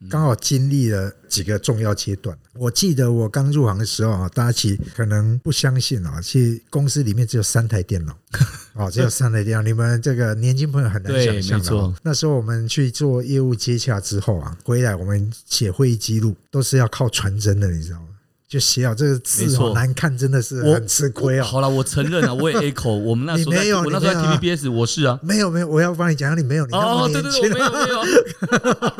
[SPEAKER 2] 嗯
[SPEAKER 3] 刚好经历了几个重要阶段。我记得我刚入行的时候啊，大家其实可能不相信啊，其实公司里面只有三台电
[SPEAKER 2] *laughs*
[SPEAKER 3] 脑，哦，只有三台电脑，你们这个年轻朋友很难
[SPEAKER 2] 对
[SPEAKER 3] 想象
[SPEAKER 2] 没
[SPEAKER 3] 的哦
[SPEAKER 2] 错。
[SPEAKER 3] 那时候我们去做业务接洽之后啊，回来我们写会议记录都是要靠传真的，你知道吗？就写好这个
[SPEAKER 2] 没
[SPEAKER 3] 字好
[SPEAKER 2] 错
[SPEAKER 3] 难看，真的是
[SPEAKER 2] 我
[SPEAKER 3] 很吃亏啊。
[SPEAKER 2] 好了，我承认
[SPEAKER 3] *laughs*
[SPEAKER 2] 了，我也 echo，我们那时候
[SPEAKER 3] 你没
[SPEAKER 2] 在，
[SPEAKER 3] 有
[SPEAKER 2] 我那时候在
[SPEAKER 3] 你没有啊
[SPEAKER 2] TVBS，我是啊。
[SPEAKER 3] 没有没有，我要帮你讲，你没有，你那么
[SPEAKER 2] 哦，对对
[SPEAKER 3] 年轻啊
[SPEAKER 2] 对，我没有没有。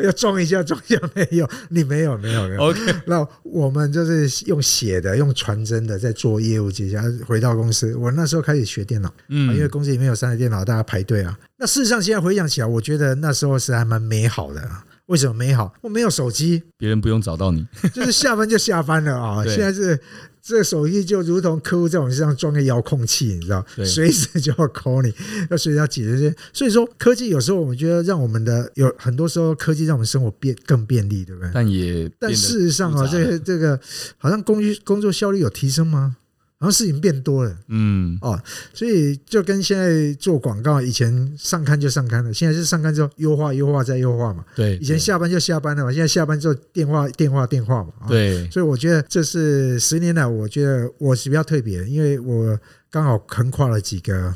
[SPEAKER 3] 要装一下，装一下没有，你没有，没有，没 *laughs* 有。
[SPEAKER 2] OK，
[SPEAKER 3] 那我们就是用写的，用传真的在做业务接洽。回到公司，我那时候开始学电脑，啊因为
[SPEAKER 2] 嗯，
[SPEAKER 3] 公司里面有三台电脑，大家排队啊。那事实上，现在回想起来，我觉得那时候是还蛮美好的。啊为什么美好？我没有手机，
[SPEAKER 2] 别人不用找到你。
[SPEAKER 3] 就是下班就下班了啊。
[SPEAKER 2] 对
[SPEAKER 3] 现在是这手机就如同客户在我们身上装个遥控器，你知道，
[SPEAKER 2] 对
[SPEAKER 3] 随时就要 call 你，要随时要解决这些。所以说，科技有时候我们觉得让我们的有很多时候科技让我们生活变更便利，对不对？
[SPEAKER 2] 但也变
[SPEAKER 3] 但
[SPEAKER 2] 得
[SPEAKER 3] 事实上
[SPEAKER 2] 复
[SPEAKER 3] 啊，
[SPEAKER 2] 杂
[SPEAKER 3] 这
[SPEAKER 2] 了
[SPEAKER 3] 个这个好像工工作效率有提升吗？好像事情变多了
[SPEAKER 2] 嗯，
[SPEAKER 3] 哦，所以就跟现在做广告，以前上刊就上刊了，现在是上刊之后优化优化再优化嘛。
[SPEAKER 2] 对，
[SPEAKER 3] 以前下班就下班了嘛，现在下班之后电话电话电话嘛。啊，
[SPEAKER 2] 对
[SPEAKER 3] 所以我觉得这是十年来，我觉得我是比较特别，因为我刚好横跨了几个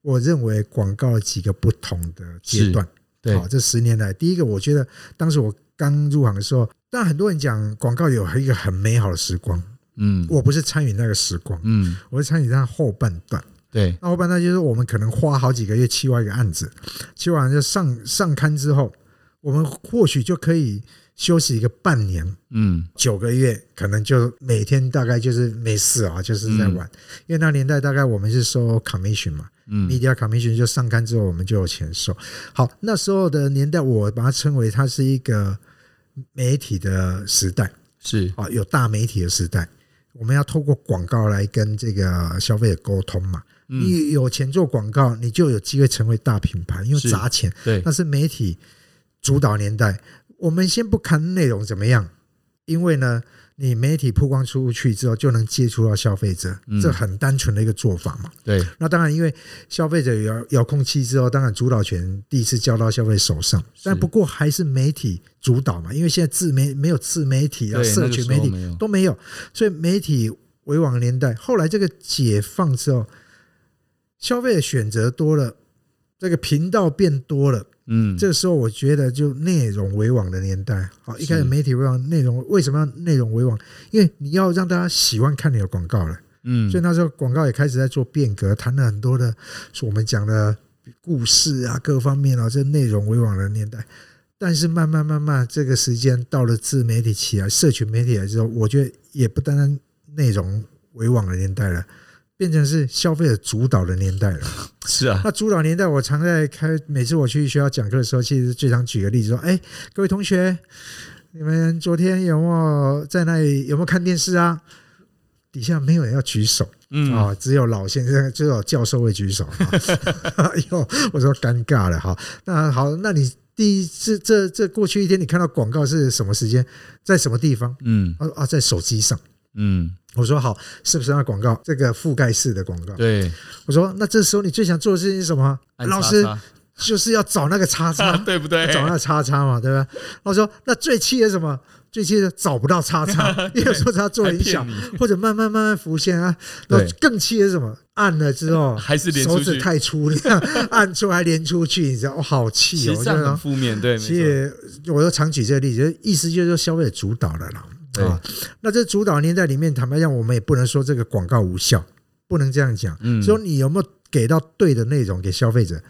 [SPEAKER 3] 我认为广告几个不同的阶段。
[SPEAKER 2] 对
[SPEAKER 3] 好，这十年来，第一个我觉得当时我刚入行的时候，但很多人讲广告有一个很美好的时光，
[SPEAKER 2] 嗯，
[SPEAKER 3] 我不是参与那个时光，
[SPEAKER 2] 嗯，
[SPEAKER 3] 我是参与它后半段。
[SPEAKER 2] 对，
[SPEAKER 3] 那后半段就是我们可能花好几个月计划一个案子，计划完就上上刊之后，我我们或许就可以休息一个半年、
[SPEAKER 2] 嗯
[SPEAKER 3] 九个月，可能就每天大概就是没事啊，就是在玩。因为那年代大概我们是收 commission 嘛
[SPEAKER 2] 嗯
[SPEAKER 3] ，media commission 就上刊之后我们就有钱收。好，那时候的年代，我把它称为它是一个媒体的时代。
[SPEAKER 2] 是
[SPEAKER 3] 啊，有大媒体的时代，我们要透过广告来跟这个消费者沟通嘛。
[SPEAKER 2] 嗯
[SPEAKER 3] 你有钱做广告，你就有机会成为大品牌，因为
[SPEAKER 2] 是
[SPEAKER 3] 砸钱
[SPEAKER 2] 对
[SPEAKER 3] 那是媒体主导年代。我们先不看内容怎么样，因为呢，你媒体曝光出去之后，就能接触到消费者，
[SPEAKER 2] 嗯
[SPEAKER 3] 这很单纯的一个做法嘛。
[SPEAKER 2] 对
[SPEAKER 3] 那当然，因为消费者有遥遥控器之后，当然主导权第一次交到消费手上，但不过还是媒体主导嘛，因为现在自媒没有自媒体啊，
[SPEAKER 2] 对
[SPEAKER 3] 社群媒
[SPEAKER 2] 那个时候
[SPEAKER 3] 体
[SPEAKER 2] 没有
[SPEAKER 3] 都没有，所以媒体为王的年代，后来这个解放之后，消费者选择多了，这个频道变多了，
[SPEAKER 2] 嗯
[SPEAKER 3] 这个时候我觉得就内容为王的年代，好，一开始
[SPEAKER 2] 是
[SPEAKER 3] 媒体为王，内容为什么要内容为王？因为你要让大家喜欢看你的广告了。
[SPEAKER 2] 嗯
[SPEAKER 3] 所以那时候广告也开始在做变革，谈了很多的是我们讲的故事啊，各方面啊，这内容为王的年代。但是慢慢慢慢，这个时间到了自媒体起来、社群媒体来之后，我觉得也不单单内容为王的年代了，变成是消费者主导的年代了。
[SPEAKER 2] 是
[SPEAKER 3] *laughs*
[SPEAKER 2] 啊
[SPEAKER 3] 那主导年代，我常在开，每次我去学校讲课的时候，其实最常举个例子说：“哎，各位同学，你们昨天有没有在那里有没有看电视啊？”底下没有人要举手
[SPEAKER 2] 嗯
[SPEAKER 3] 啊、只有老先生、只有教授会举手。啊 *laughs* 哎呦，我说尴尬了哈。那好，那你第一次这这过去一天，你看到广告是什么时间，在什么地方？
[SPEAKER 2] 嗯
[SPEAKER 3] 他说啊，在手机上。
[SPEAKER 2] 嗯
[SPEAKER 3] 我说好，是不是那广告这个覆盖式的广告？
[SPEAKER 2] 对，
[SPEAKER 3] 我说那这时候你最想做的事情是什么？
[SPEAKER 2] 按
[SPEAKER 3] 老
[SPEAKER 2] 叉
[SPEAKER 3] 师，
[SPEAKER 2] 叉
[SPEAKER 3] 就是要找那个
[SPEAKER 2] *laughs*
[SPEAKER 3] 叉叉，
[SPEAKER 2] 对不对？
[SPEAKER 3] *laughs* 找那个叉叉嘛，对吧？我说那最气的是什么？最气的是找不到叉
[SPEAKER 2] *laughs*
[SPEAKER 3] 叉，因为说他做
[SPEAKER 2] 还
[SPEAKER 3] 影响
[SPEAKER 2] 骗，你
[SPEAKER 3] 或者慢慢慢慢浮现啊。
[SPEAKER 2] 对
[SPEAKER 3] 然后更气的是什么？按了之后
[SPEAKER 2] 还是连
[SPEAKER 3] 手
[SPEAKER 2] 出
[SPEAKER 3] 指
[SPEAKER 2] 去，
[SPEAKER 3] 太粗，你看按出来连出去，你知道我好
[SPEAKER 2] 其
[SPEAKER 3] 气哦！
[SPEAKER 2] 实
[SPEAKER 3] 我
[SPEAKER 2] 这样
[SPEAKER 3] 就
[SPEAKER 2] 很
[SPEAKER 3] 说
[SPEAKER 2] 负面，对，没
[SPEAKER 3] 其
[SPEAKER 2] 错，
[SPEAKER 3] 实我都常举这个例子，就是意思就是说消费者主导了啦。
[SPEAKER 2] 对
[SPEAKER 3] 啊，那这主导年代里面，坦白讲，我们也不能说这个广告无效，不能这样讲。
[SPEAKER 2] 嗯
[SPEAKER 3] 说你有没有给到对的内容给消费者？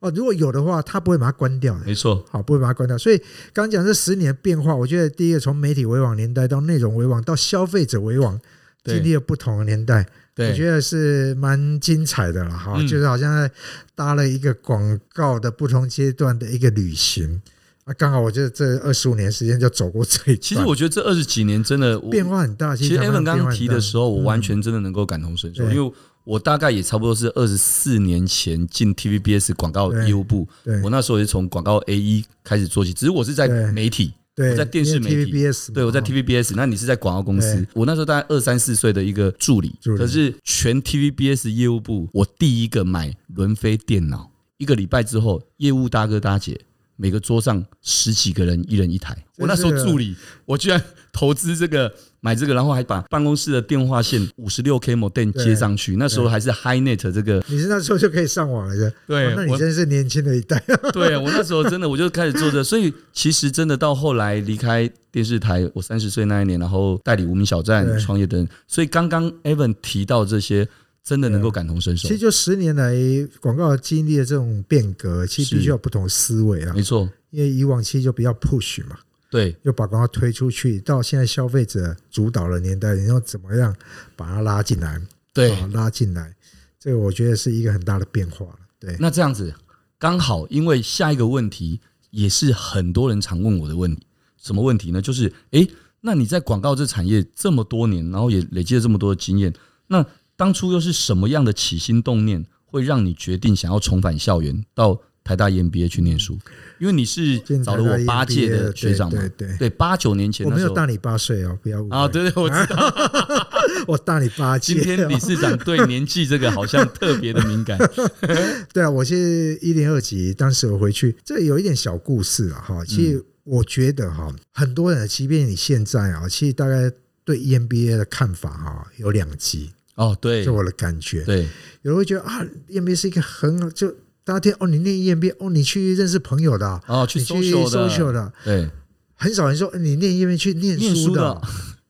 [SPEAKER 3] 哦，如果有的话，他不会把它关掉的。
[SPEAKER 2] 没错，
[SPEAKER 3] 好，不会把它关掉。所以刚刚讲这十年的变化，我觉得第一个从媒体为王年代到内容为王到消费者为王，
[SPEAKER 2] 对
[SPEAKER 3] 经历了不同的年代，我
[SPEAKER 2] 对，
[SPEAKER 3] 觉得是蛮精彩的了哈。
[SPEAKER 2] 嗯
[SPEAKER 3] 就是好像在搭了一个广告的不同阶段的一个旅行啊，刚好我觉得这二十五年时间就走过这一段，
[SPEAKER 2] 其实我觉得这二十几年真的我
[SPEAKER 3] 变化很大。
[SPEAKER 2] 其实
[SPEAKER 3] 台湾
[SPEAKER 2] Evan 刚
[SPEAKER 3] 变化
[SPEAKER 2] 刚
[SPEAKER 3] 很
[SPEAKER 2] 提
[SPEAKER 3] 大
[SPEAKER 2] 的时候，我完全真的能够感同身受，
[SPEAKER 3] 嗯对
[SPEAKER 2] 因为我大概也差不多是二十四年前进 TVBS 广告
[SPEAKER 3] 对
[SPEAKER 2] 业务部，
[SPEAKER 3] 对
[SPEAKER 2] 我那时候也从广告 A 一开始做起，只是我是在
[SPEAKER 3] 对
[SPEAKER 2] 媒体，
[SPEAKER 3] 对
[SPEAKER 2] 我在电视媒体
[SPEAKER 3] t b s
[SPEAKER 2] 对我在 TVBS，那你是在广告公司
[SPEAKER 3] 对，
[SPEAKER 2] 我那时候大概二三四岁的一个助理，
[SPEAKER 3] 助理
[SPEAKER 2] 可是全 TVBS 业务部，我第一个买轮飞电脑，一个礼拜之后，业务大哥大姐。每个桌上十几个人，一人一台。我那时候助理，我居然投资这个买这个，然后还把办公室的电话线五十六 K modem
[SPEAKER 3] 对
[SPEAKER 2] 接上去。那时候还是 HiNet 这个，
[SPEAKER 3] 你是那时候就可以上网了，是吧？
[SPEAKER 2] 对
[SPEAKER 3] 哦那你
[SPEAKER 2] 我
[SPEAKER 3] 真是年轻的一代。啊
[SPEAKER 2] *laughs* 对我那时候真的我就开始做这，所以其实真的到后来离开电视台，我三十岁那一年，然后代理无名小站
[SPEAKER 3] 对
[SPEAKER 2] 创业等，所以刚刚 Evan 提到这些，真的能够感同身受
[SPEAKER 3] 其实，就十年来广告经历的这种变革，其实
[SPEAKER 2] 是
[SPEAKER 3] 必须有不同的思维啊
[SPEAKER 2] 没。错，
[SPEAKER 3] 因为以往期就比较 push 嘛，
[SPEAKER 2] 对，
[SPEAKER 3] 又把广告推出去，到现在消费者主导的年代，你要怎么样把它拉进来？
[SPEAKER 2] 对
[SPEAKER 3] 啊拉进来，这个我觉得是一个很大的变化了。对，
[SPEAKER 2] 那这样子刚好，因为下一个问题也是很多人常问我的问题，什么问题呢？就是诶，那你在广告这产业这么多年，然后也累积了这么多的经验，那当初又是什么样的起心动念，会让你决定想要重返校园，到台大 E EMBA 去念书？因为你是
[SPEAKER 3] 现在
[SPEAKER 2] 找了我八届
[SPEAKER 3] 大家也 E
[SPEAKER 2] 的
[SPEAKER 3] 毕业
[SPEAKER 2] 学长嘛
[SPEAKER 3] 对，对对
[SPEAKER 2] 对，八九年前
[SPEAKER 3] 我
[SPEAKER 2] 那
[SPEAKER 3] 没
[SPEAKER 2] 时
[SPEAKER 3] 有
[SPEAKER 2] 候
[SPEAKER 3] 大你八岁哦，不要误会
[SPEAKER 2] 啊，对对，我知道。
[SPEAKER 3] *laughs* 我大你八届
[SPEAKER 2] 今
[SPEAKER 3] 哦。
[SPEAKER 2] 天理事长对年纪这个好像特别的敏感，
[SPEAKER 3] *laughs* 对啊，我是一零二级，当时我回去，这有一点小故事了
[SPEAKER 2] 嗯
[SPEAKER 3] 哈。其实我觉得哈，很多人，即便你现在啊，其实大概对 E EMBA 的看法哈有两极，
[SPEAKER 2] 哦，对
[SPEAKER 3] 这我的感觉。
[SPEAKER 2] 对，
[SPEAKER 3] 有人会觉得啊，EMBA 是一个很好，就大家听哦，你念 EMBA 哦，你去认识朋友的啊，
[SPEAKER 2] 哦，去
[SPEAKER 3] 你去
[SPEAKER 2] social 的，
[SPEAKER 3] 的，
[SPEAKER 2] 对，
[SPEAKER 3] 很少人说哎你念 EMBA 去念
[SPEAKER 2] 念书
[SPEAKER 3] 书的
[SPEAKER 2] 的
[SPEAKER 3] 啊。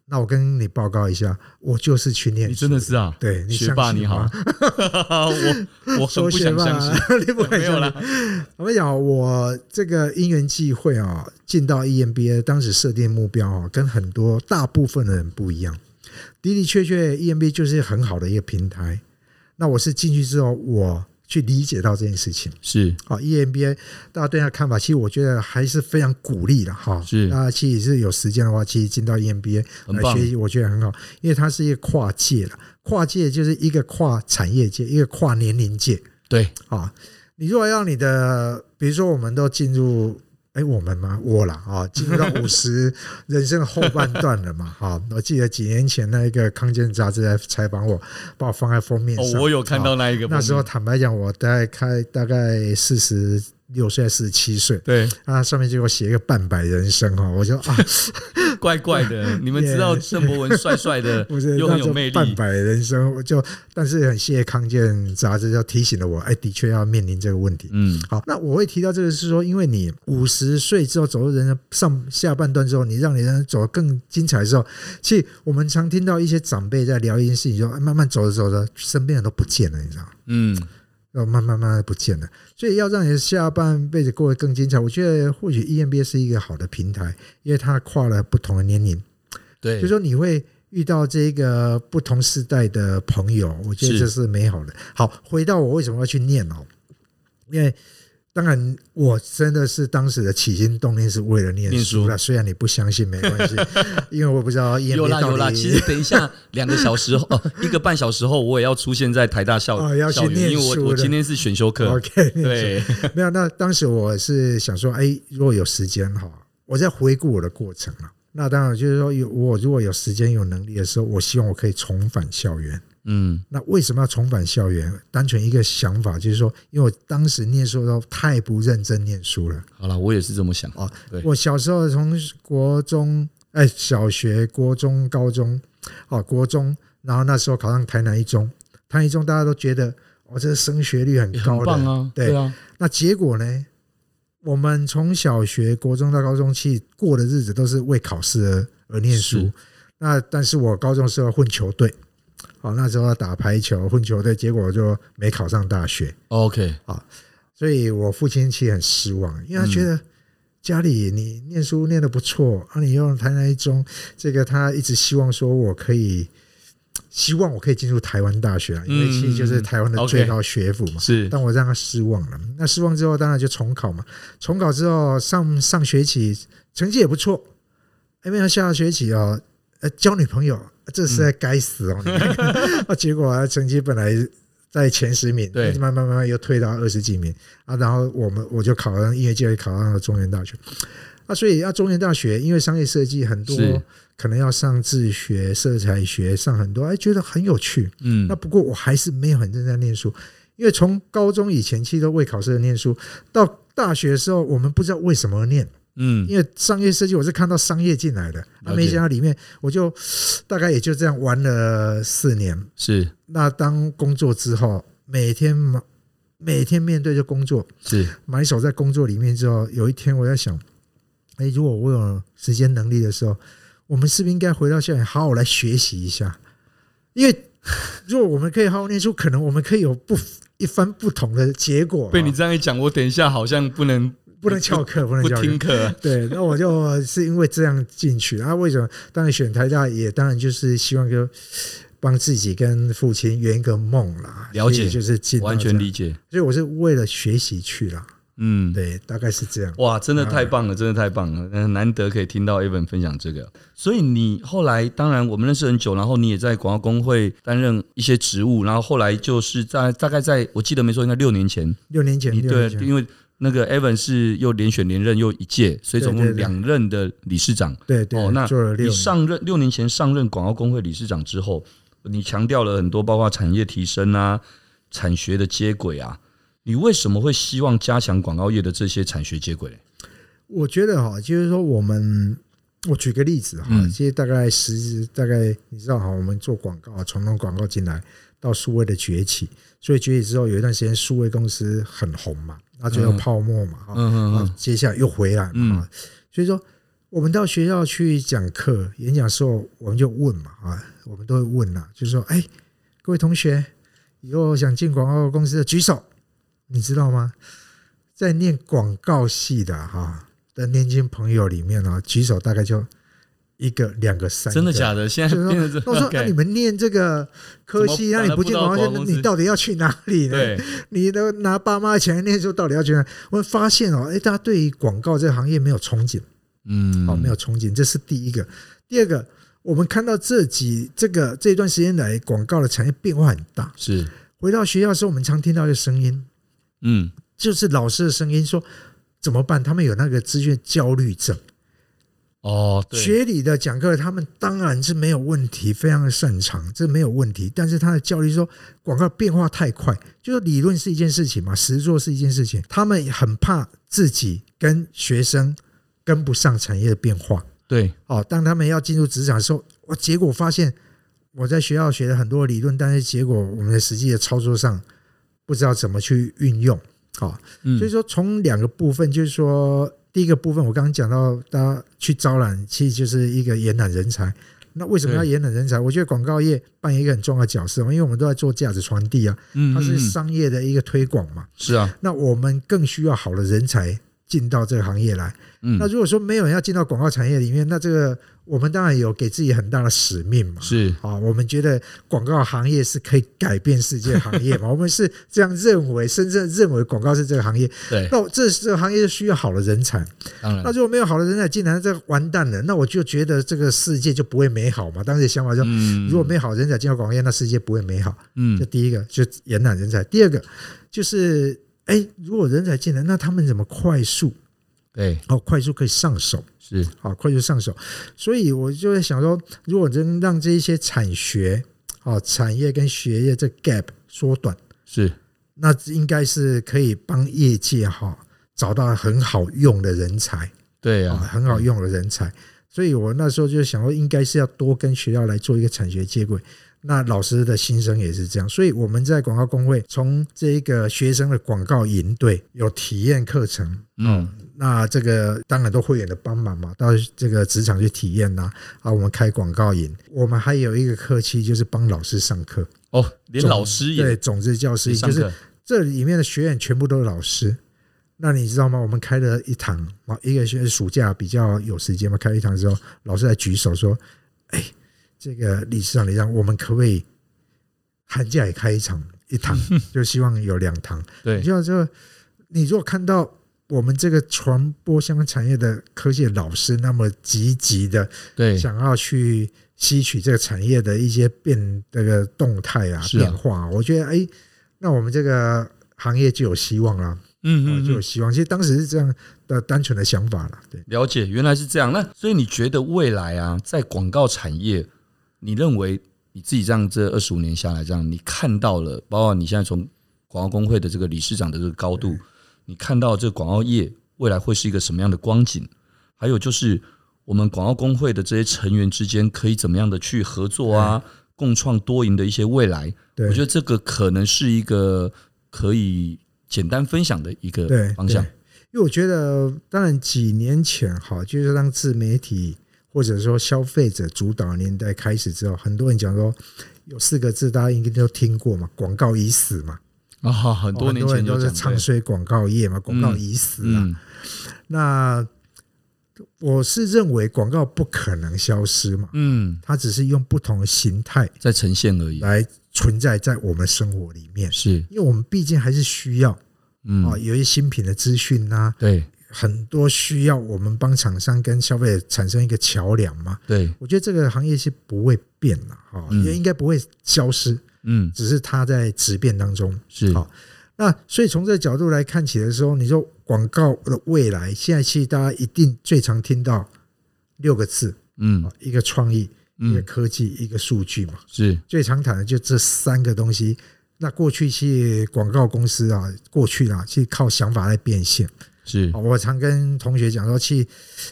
[SPEAKER 3] 那我跟你报告一下，我就是去念
[SPEAKER 2] 你
[SPEAKER 3] 书
[SPEAKER 2] 真的是啊，
[SPEAKER 3] 对你
[SPEAKER 2] 学霸
[SPEAKER 3] 相信
[SPEAKER 2] 你好，
[SPEAKER 3] 吗
[SPEAKER 2] *laughs* 我我很
[SPEAKER 3] 说
[SPEAKER 2] 不
[SPEAKER 3] 学
[SPEAKER 2] 想
[SPEAKER 3] 霸
[SPEAKER 2] 相信，
[SPEAKER 3] *laughs* 你不敢
[SPEAKER 2] 没有
[SPEAKER 3] 相
[SPEAKER 2] 啦
[SPEAKER 3] 信。，我跟你讲，我这个因缘际会啊，进到 EMBA，当时设定目标啊，跟很多大部分的人不一样。的的确确，EMBA 就是很好的一个平台。那我是进去之后，我去理解到这件事情。
[SPEAKER 2] 是
[SPEAKER 3] 好，EMBA 大家对他的看法，其实我觉得还是非常鼓励的哈。
[SPEAKER 2] 是
[SPEAKER 3] 大家其实是有时间的话，其实进到 EMBA
[SPEAKER 2] 很
[SPEAKER 3] 来
[SPEAKER 2] 棒
[SPEAKER 3] 学习，呃我觉得很好，因为它是一个跨界了，跨界就是一个跨产业界，一个跨年龄界。
[SPEAKER 2] 对，
[SPEAKER 3] 啊，你如果要你的，比如说我们都进入，哎，我们吗？我啦啊，进入到五十人生的后半段了嘛，哈、我记得几年前那一个康健杂志来采访我，把我放在封面
[SPEAKER 2] 哦，
[SPEAKER 3] 上，
[SPEAKER 2] 我有看到
[SPEAKER 3] 啊
[SPEAKER 2] 那一个
[SPEAKER 3] 那时候
[SPEAKER 2] 封
[SPEAKER 3] 坦白讲，我大概开大概四十六岁、四十七岁。
[SPEAKER 2] 面
[SPEAKER 3] 啊，上面就给我写一个半百人生哈，我就
[SPEAKER 2] *laughs*
[SPEAKER 3] 啊，
[SPEAKER 2] 对怪怪
[SPEAKER 3] *laughs*
[SPEAKER 2] 的，你们知道
[SPEAKER 3] Yeah
[SPEAKER 2] 郑博文帅帅的
[SPEAKER 3] *laughs* 我是，
[SPEAKER 2] 又
[SPEAKER 3] 那
[SPEAKER 2] 很有
[SPEAKER 3] 就
[SPEAKER 2] 魅力，
[SPEAKER 3] 半百人生，我就，但是很谢谢康健杂志就提醒了我，哎，的确要面临这个问题。
[SPEAKER 2] 嗯，
[SPEAKER 3] 好，那我会提到这个是说，因为你五十岁之后走入人生上下半段之后，你让你人生走得更精彩的时候，其实我们常听到一些长辈在聊一件事情，就哎慢慢走着走着，身边人都不见了，你知道吗？
[SPEAKER 2] 嗯，
[SPEAKER 3] 然后慢慢慢慢地不见了，所以要让你的下半辈子过得更精彩，我觉得或许 E EMBA 是一个好的平台，因为它跨了不同的年龄，
[SPEAKER 2] 对，
[SPEAKER 3] 就说你会遇到这个不同世代的朋友，我觉得
[SPEAKER 2] 是
[SPEAKER 3] 这是美好的。好，回到我为什么要去念哦，因为当然我真的是当时的起心动念是为了念
[SPEAKER 2] 念
[SPEAKER 3] 书
[SPEAKER 2] 书
[SPEAKER 3] 了，虽然你不相信没关
[SPEAKER 2] *laughs*
[SPEAKER 3] 系，因为我不知道 E EMBA
[SPEAKER 2] 有啦
[SPEAKER 3] 到
[SPEAKER 2] 有啦，
[SPEAKER 3] 底
[SPEAKER 2] 其实等一下两个小
[SPEAKER 3] *laughs*
[SPEAKER 2] 时后，哦，一个半小时后，我也要出现在台大校
[SPEAKER 3] 哦要去
[SPEAKER 2] 校园，
[SPEAKER 3] 念
[SPEAKER 2] 因为
[SPEAKER 3] 书
[SPEAKER 2] 我我
[SPEAKER 3] 了
[SPEAKER 2] 今天是选修课，
[SPEAKER 3] *laughs* OK 念书
[SPEAKER 2] 对，
[SPEAKER 3] 没有，那当时我是想说，哎，如果有时间哈，我在回顾我的过程了。那当然就是说，有我如果有时间有能力的时候，我希望我可以重返校园。
[SPEAKER 2] 嗯，
[SPEAKER 3] 那为什么要重返校园？单纯一个想法就是说，因为我当时念书的时候太不认真念书了。
[SPEAKER 2] 好啦，我也是这么想，
[SPEAKER 3] 哦
[SPEAKER 2] 对
[SPEAKER 3] 我小时候从国中，哎，小学、国中、高中，哦，国中，然后那时候考上台南一中，台南一中大家都觉得，哦，这个升学率很
[SPEAKER 2] 也很
[SPEAKER 3] 高的，
[SPEAKER 2] 棒啊，
[SPEAKER 3] 对
[SPEAKER 2] 对啊，
[SPEAKER 3] 那结果呢？我们从小学、国中到高中去过的日子都是为考试而而念书
[SPEAKER 2] 是。
[SPEAKER 3] 那但是我高中时候混球队，好那时候要打排球混球队，结果就没考上大学，
[SPEAKER 2] OK，
[SPEAKER 3] 所以我父亲其实很失望，因为他觉得家里你念书念得不错，啊，你又台南一中，这个他一直希望说我可以，希望我可以进入台湾大学啊，因为其实就是台湾的最高学府嘛。
[SPEAKER 2] 是
[SPEAKER 3] 但我让他失望了。那失望之后，当然就重考嘛。重考之后，上上学期成绩也不错，哎，没有下学期哦，呃，交女朋友，这实在该死 *laughs* 哦！你看啊，结果啊，成绩本来在前十名，
[SPEAKER 2] 嗯对
[SPEAKER 3] 慢慢慢慢又退到二十几名啊。然后我们我就考上音乐界，考上了中原大学。啊，所以要中原大学，因为商业设计很多
[SPEAKER 2] 是，
[SPEAKER 3] 可能要上自学、色彩学，上很多，哎，觉得很有趣。
[SPEAKER 2] 嗯
[SPEAKER 3] 那，不过我还是没有很认真念书，因为从高中以前其实都为考试而念书，到大学的时候我们不知道为什么而念，
[SPEAKER 2] 嗯，
[SPEAKER 3] 因为商业设计我是看到商业进来的，
[SPEAKER 2] 了
[SPEAKER 3] 啊那
[SPEAKER 2] 解
[SPEAKER 3] 没想到里面我就大概也就这样玩了四年。
[SPEAKER 2] 是
[SPEAKER 3] 那当工作之后，每天忙每天面对着工作，
[SPEAKER 2] 是，
[SPEAKER 3] 埋首在工作里面之后，有一天我在想，哎，如果我有时间能力的时候，我们是不是应该回到校园好好来学习一下？因为 *laughs* 如果我们可以好好念书，可能我们可以有不一番不同的结果。
[SPEAKER 2] 被你
[SPEAKER 3] 啊
[SPEAKER 2] 这样一讲，我等一下好像不能
[SPEAKER 3] 不能翘课，不能
[SPEAKER 2] 不
[SPEAKER 3] 翘课
[SPEAKER 2] 听。课，
[SPEAKER 3] 对，那我就是因为这样进去啊。为什么？当然选台大也当然就是希望就帮自己跟父亲圆一个梦啦。
[SPEAKER 2] 了解
[SPEAKER 3] 所以就是进到
[SPEAKER 2] 完
[SPEAKER 3] 这
[SPEAKER 2] 全
[SPEAKER 3] 样
[SPEAKER 2] 理解，
[SPEAKER 3] 所以我是为了学习去啦。
[SPEAKER 2] 嗯，
[SPEAKER 3] 对，大概是这样。
[SPEAKER 2] 哇，真的太棒了，真的太棒了，嗯，难得可以听到 Evan 分享这个。所以你后来，当然我们认识很久，然后你也在广告工会担任一些职务，然后后来就是在大概在我记得没错，应该六年前，
[SPEAKER 3] 六年前，
[SPEAKER 2] 你
[SPEAKER 3] 六
[SPEAKER 2] 对
[SPEAKER 3] 年，前
[SPEAKER 2] 因为那个 Evan 是又连选连任又一届，所以总
[SPEAKER 3] 对
[SPEAKER 2] 共
[SPEAKER 3] 对对
[SPEAKER 2] 两任的理事长。
[SPEAKER 3] 对对，
[SPEAKER 2] 哦，那
[SPEAKER 3] 做了六
[SPEAKER 2] 你
[SPEAKER 3] 年，
[SPEAKER 2] 上任六年前上任广告工会理事长之后，你强调了很多，包括产业提升啊、产学的接轨啊，你为什么会希望加强广告业的这些产学接轨？
[SPEAKER 3] 我觉得哈，就是说我们，我举个例子哈，
[SPEAKER 2] 嗯
[SPEAKER 3] 其实大概十，大概你知道哈，我们做广告，从那种广告进来到数位的崛起，所以崛起之后有一段时间数位公司很红嘛，那就有
[SPEAKER 2] 嗯
[SPEAKER 3] 泡沫嘛，哈、
[SPEAKER 2] 嗯嗯嗯
[SPEAKER 3] 啊，接下来又回来嘛，
[SPEAKER 2] 嗯
[SPEAKER 3] 哈所以说。我们到学校去讲课、演讲的时候，我们就问嘛啊，我们都会问啦、就是说，哎，各位同学，以后想进广告公司的举手，你知道吗？在念广告系的哈、的年轻朋友里面啊，举手大概就一个、两个、三个，
[SPEAKER 2] 真的假的？现在
[SPEAKER 3] 就是
[SPEAKER 2] 变成
[SPEAKER 3] 说，
[SPEAKER 2] 这
[SPEAKER 3] 那我
[SPEAKER 2] *laughs*
[SPEAKER 3] 说，那、你
[SPEAKER 2] OK
[SPEAKER 3] 们念这个科系，
[SPEAKER 2] 怎
[SPEAKER 3] 那
[SPEAKER 2] 么
[SPEAKER 3] 你不进
[SPEAKER 2] 反而不到广告
[SPEAKER 3] 广告圈，
[SPEAKER 2] 公司
[SPEAKER 3] 你到底要去哪里呢？
[SPEAKER 2] 对
[SPEAKER 3] 你都拿爸妈钱来念书，到底要去哪里？我发现哦，哎，大家对于广告这个行业没有憧憬，
[SPEAKER 2] 嗯
[SPEAKER 3] 哦，没有憧憬，这是第一个。第二个，我们看到这几这个这一段时间来，广告的产业变化很大。
[SPEAKER 2] 是
[SPEAKER 3] 回到学校的时候，我们常听到一个声音，
[SPEAKER 2] 嗯
[SPEAKER 3] 就是老师的声音说。怎么办？他们有那个资讯焦虑症。
[SPEAKER 2] 哦对
[SPEAKER 3] 学理的讲课，他们当然是没有问题，非常的擅长，这没有问题。但是他的焦虑说，广告变化太快，就是理论是一件事情嘛，实做是一件事情。他们很怕自己跟学生跟不上产业的变化。
[SPEAKER 2] 对
[SPEAKER 3] 哦，当他们要进入职场的时候，我结果发现我在学校学了很多理论，但是结果我们的实际的操作上不知道怎么去运用。好、
[SPEAKER 2] 嗯
[SPEAKER 3] 所以说从两个部分，就是说第一个部分，我刚刚讲到大家去招揽，其实就是一个延揽人才。那为什么要
[SPEAKER 2] 对
[SPEAKER 3] 延揽人才？我觉得广告业扮演一个很重要的角色，因为我们都在做价值传递啊，
[SPEAKER 2] 嗯
[SPEAKER 3] 它
[SPEAKER 2] 嗯
[SPEAKER 3] 是
[SPEAKER 2] 嗯
[SPEAKER 3] 商业的一个推广嘛。
[SPEAKER 2] 是啊
[SPEAKER 3] 那我们更需要好的人才进到这个行业来。
[SPEAKER 2] 嗯
[SPEAKER 3] 那如果说没有人要进到广告产业里面，那这个我们当然有给自己很大的使命嘛。
[SPEAKER 2] 是
[SPEAKER 3] 啊，我们觉得广告行业是可以改变世界的行业
[SPEAKER 2] *laughs*
[SPEAKER 3] 嘛，我们是这样认为，深圳认为广告是这个行业。 *laughs*
[SPEAKER 2] 对
[SPEAKER 3] 那我这这个行业就需要好的人才，
[SPEAKER 2] 当
[SPEAKER 3] 那
[SPEAKER 2] 然
[SPEAKER 3] 如果没有好的人才进来，这完蛋了。那我就觉得这个世界就不会美好嘛。当时的想法就，
[SPEAKER 2] 嗯
[SPEAKER 3] 如果没有好人才进到广告业，那世界不会美好。这
[SPEAKER 2] 嗯
[SPEAKER 3] 第一个就延揽人才，第二个就是，哎，如果人才进来，那他们怎么快速
[SPEAKER 2] 对
[SPEAKER 3] 哦，快速可以上手？
[SPEAKER 2] 是
[SPEAKER 3] 啊，快速上手。所以我就在想说，如果能让这一些产学啊、产业跟学业这 gap 缩短，
[SPEAKER 2] 是
[SPEAKER 3] 那应该是可以帮业界哈、找到很好用的人才
[SPEAKER 2] 对
[SPEAKER 3] 啊，
[SPEAKER 2] 啊
[SPEAKER 3] 很好用的人才。所以我那时候就想说，应该是要多跟学校来做一个产学接轨。那老师的心声也是这样，所以我们在广告工会从这一个学生的广告营队有体验课程，
[SPEAKER 2] 嗯
[SPEAKER 3] 那这个当然都会员的帮忙嘛，到这个职场去体验呐、啊。我们开广告营，我们还有一个课期就是帮老师上课，
[SPEAKER 2] 哦连老师
[SPEAKER 3] 对
[SPEAKER 2] 也
[SPEAKER 3] 种子教师，
[SPEAKER 2] 上
[SPEAKER 3] 就是
[SPEAKER 2] 课
[SPEAKER 3] 这里面的学员全部都是老师。那你知道吗？我们开了一堂啊，一个是暑假比较有时间嘛，开一堂之后，老师来举手说：“哎，这个理事长，理事长，我们可不可以寒假也开一场一堂？就希望有两堂。”
[SPEAKER 2] 对
[SPEAKER 3] 你就这，你如果看到我们这个传播相关产业的科技老师那么积极的
[SPEAKER 2] 对
[SPEAKER 3] 想要去吸取这个产业的一些变这个动态啊
[SPEAKER 2] 是啊
[SPEAKER 3] 变化啊，我觉得哎，那我们这个行业就有希望啦，哦
[SPEAKER 2] 嗯嗯
[SPEAKER 3] 就有
[SPEAKER 2] 嗯
[SPEAKER 3] 希望。其实当时是这样的单纯的想法啦，对。
[SPEAKER 2] 了解原来是这样那所以你觉得未来啊在广告产业你认为你自己这样这二十五年下来这样你看到了包括你现在从广告工会的这个理事长的这个高度你看到这个广告业未来会是一个什么样的光景？还有就是我们广告工会的这些成员之间可以怎么样的去合作啊，共创多赢的一些未来。
[SPEAKER 3] 对
[SPEAKER 2] 我觉得这个可能是一个可以简单分享的一个
[SPEAKER 3] 对
[SPEAKER 2] 方向
[SPEAKER 3] 对。因为我觉得，当然几年前哈，就是让自媒体或者说消费者主导的年代开始之后，很多人讲说有四个字，大家应该都听过嘛，广告已死嘛，
[SPEAKER 2] 啊、很
[SPEAKER 3] 很
[SPEAKER 2] 多年
[SPEAKER 3] 人
[SPEAKER 2] 前就
[SPEAKER 3] 都
[SPEAKER 2] 讲嗯
[SPEAKER 3] 是
[SPEAKER 2] 对
[SPEAKER 3] 唱衰广告业嘛，广告已死啊。
[SPEAKER 2] 嗯，
[SPEAKER 3] 那我是认为广告不可能消失嘛，
[SPEAKER 2] 嗯，
[SPEAKER 3] 它只是用不同的形态
[SPEAKER 2] 在呈现而已。
[SPEAKER 3] 来存在在我们生活里面，
[SPEAKER 2] 是，
[SPEAKER 3] 因为我们毕竟还是需要
[SPEAKER 2] 嗯，
[SPEAKER 3] 啊，有一些新品的资讯呐、
[SPEAKER 2] 对
[SPEAKER 3] 很多需要我们帮厂商跟消费者产生一个桥梁嘛。
[SPEAKER 2] 对，
[SPEAKER 3] 我觉得这个行业是不会变的哈，
[SPEAKER 2] 嗯
[SPEAKER 3] 也应该不会消失，
[SPEAKER 2] 嗯，
[SPEAKER 3] 只是它在质变当中。
[SPEAKER 2] 是，
[SPEAKER 3] 好那所以从这个角度来看起来的时候，你说广告的未来，现在其实大家一定最常听到六个字：
[SPEAKER 2] 嗯
[SPEAKER 3] 啊一个创意，一个
[SPEAKER 2] 嗯，
[SPEAKER 3] 科技，一个数据嘛。
[SPEAKER 2] 是，
[SPEAKER 3] 最常谈的就这三个东西。那过去去广告公司啊，过去啊，去靠想法来变现。
[SPEAKER 2] 是
[SPEAKER 3] 哦，我常跟同学讲说，去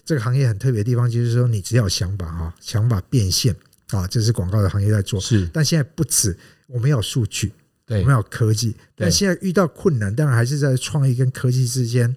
[SPEAKER 3] 这个行业很特别的地方，就是说你只要有想法哈，想法变现啊，这是广告的行业在做。
[SPEAKER 2] 是，
[SPEAKER 3] 但现在不止，我们要有数据，我
[SPEAKER 2] 对
[SPEAKER 3] 们，要有科技。但现在遇到困难，当然还是在创意跟科技之间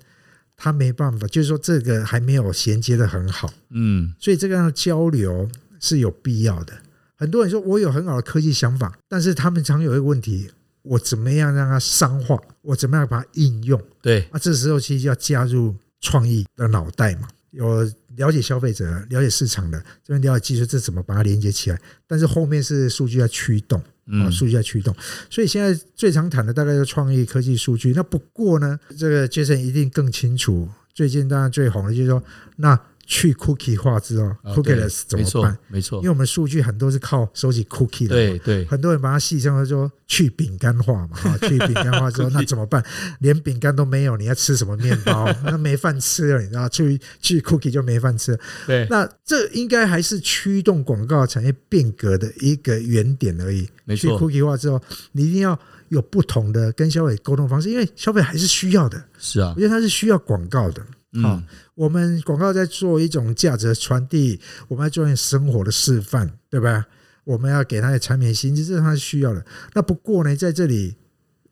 [SPEAKER 3] 他没办法，就是说这个还没有衔接的很好，
[SPEAKER 2] 嗯
[SPEAKER 3] 所以这个样的交流是有必要的。很多人说我有很好的科技想法，但是他们常有一个问题：我怎么样让它商化？我怎么样把它应用？
[SPEAKER 2] 对，
[SPEAKER 3] 啊，这时候其实要加入创意的脑袋嘛，有了解消费者、了解市场的，这边了解技术，这怎么把它连接起来？但是后面是数据在驱动啊，
[SPEAKER 2] 嗯
[SPEAKER 3] 数据在驱动。所以现在最常谈的大概是创意、科技、数据。那不过呢，这个 Jason 一定更清楚。最近当然最红的就是说，那去 cookie 化之后、
[SPEAKER 2] 啊
[SPEAKER 3] c o o k i
[SPEAKER 2] 对
[SPEAKER 3] e l e s 怎
[SPEAKER 2] 没
[SPEAKER 3] 么办
[SPEAKER 2] 错？没错
[SPEAKER 3] 因为，我们数据很多是靠收集 cookie 的嘛，
[SPEAKER 2] 对对，
[SPEAKER 3] 很多人把它戏称说去饼干化嘛，哈，去饼干
[SPEAKER 2] *laughs*
[SPEAKER 3] 化之后那怎么办？连饼干都没有，你要吃什么面
[SPEAKER 2] *laughs*
[SPEAKER 3] 包？那没饭吃了，你知道，去去 cookie 就没饭吃了。
[SPEAKER 2] 对，
[SPEAKER 3] 那这应该还是驱动广告产业变革的一个原点而已。
[SPEAKER 2] 没
[SPEAKER 3] 去
[SPEAKER 2] 错
[SPEAKER 3] cookie 化之后，你一定要有不同的跟消费者沟通方式，因为消费还是需要的，
[SPEAKER 2] 是啊
[SPEAKER 3] 我，觉得它是需要广告的。好
[SPEAKER 2] 嗯，
[SPEAKER 3] 我们广告在做一种价值的传递，我们要做一种生活的示范，对吧？我们要给他的产品薪资，这是他需要的。那不过呢，在这里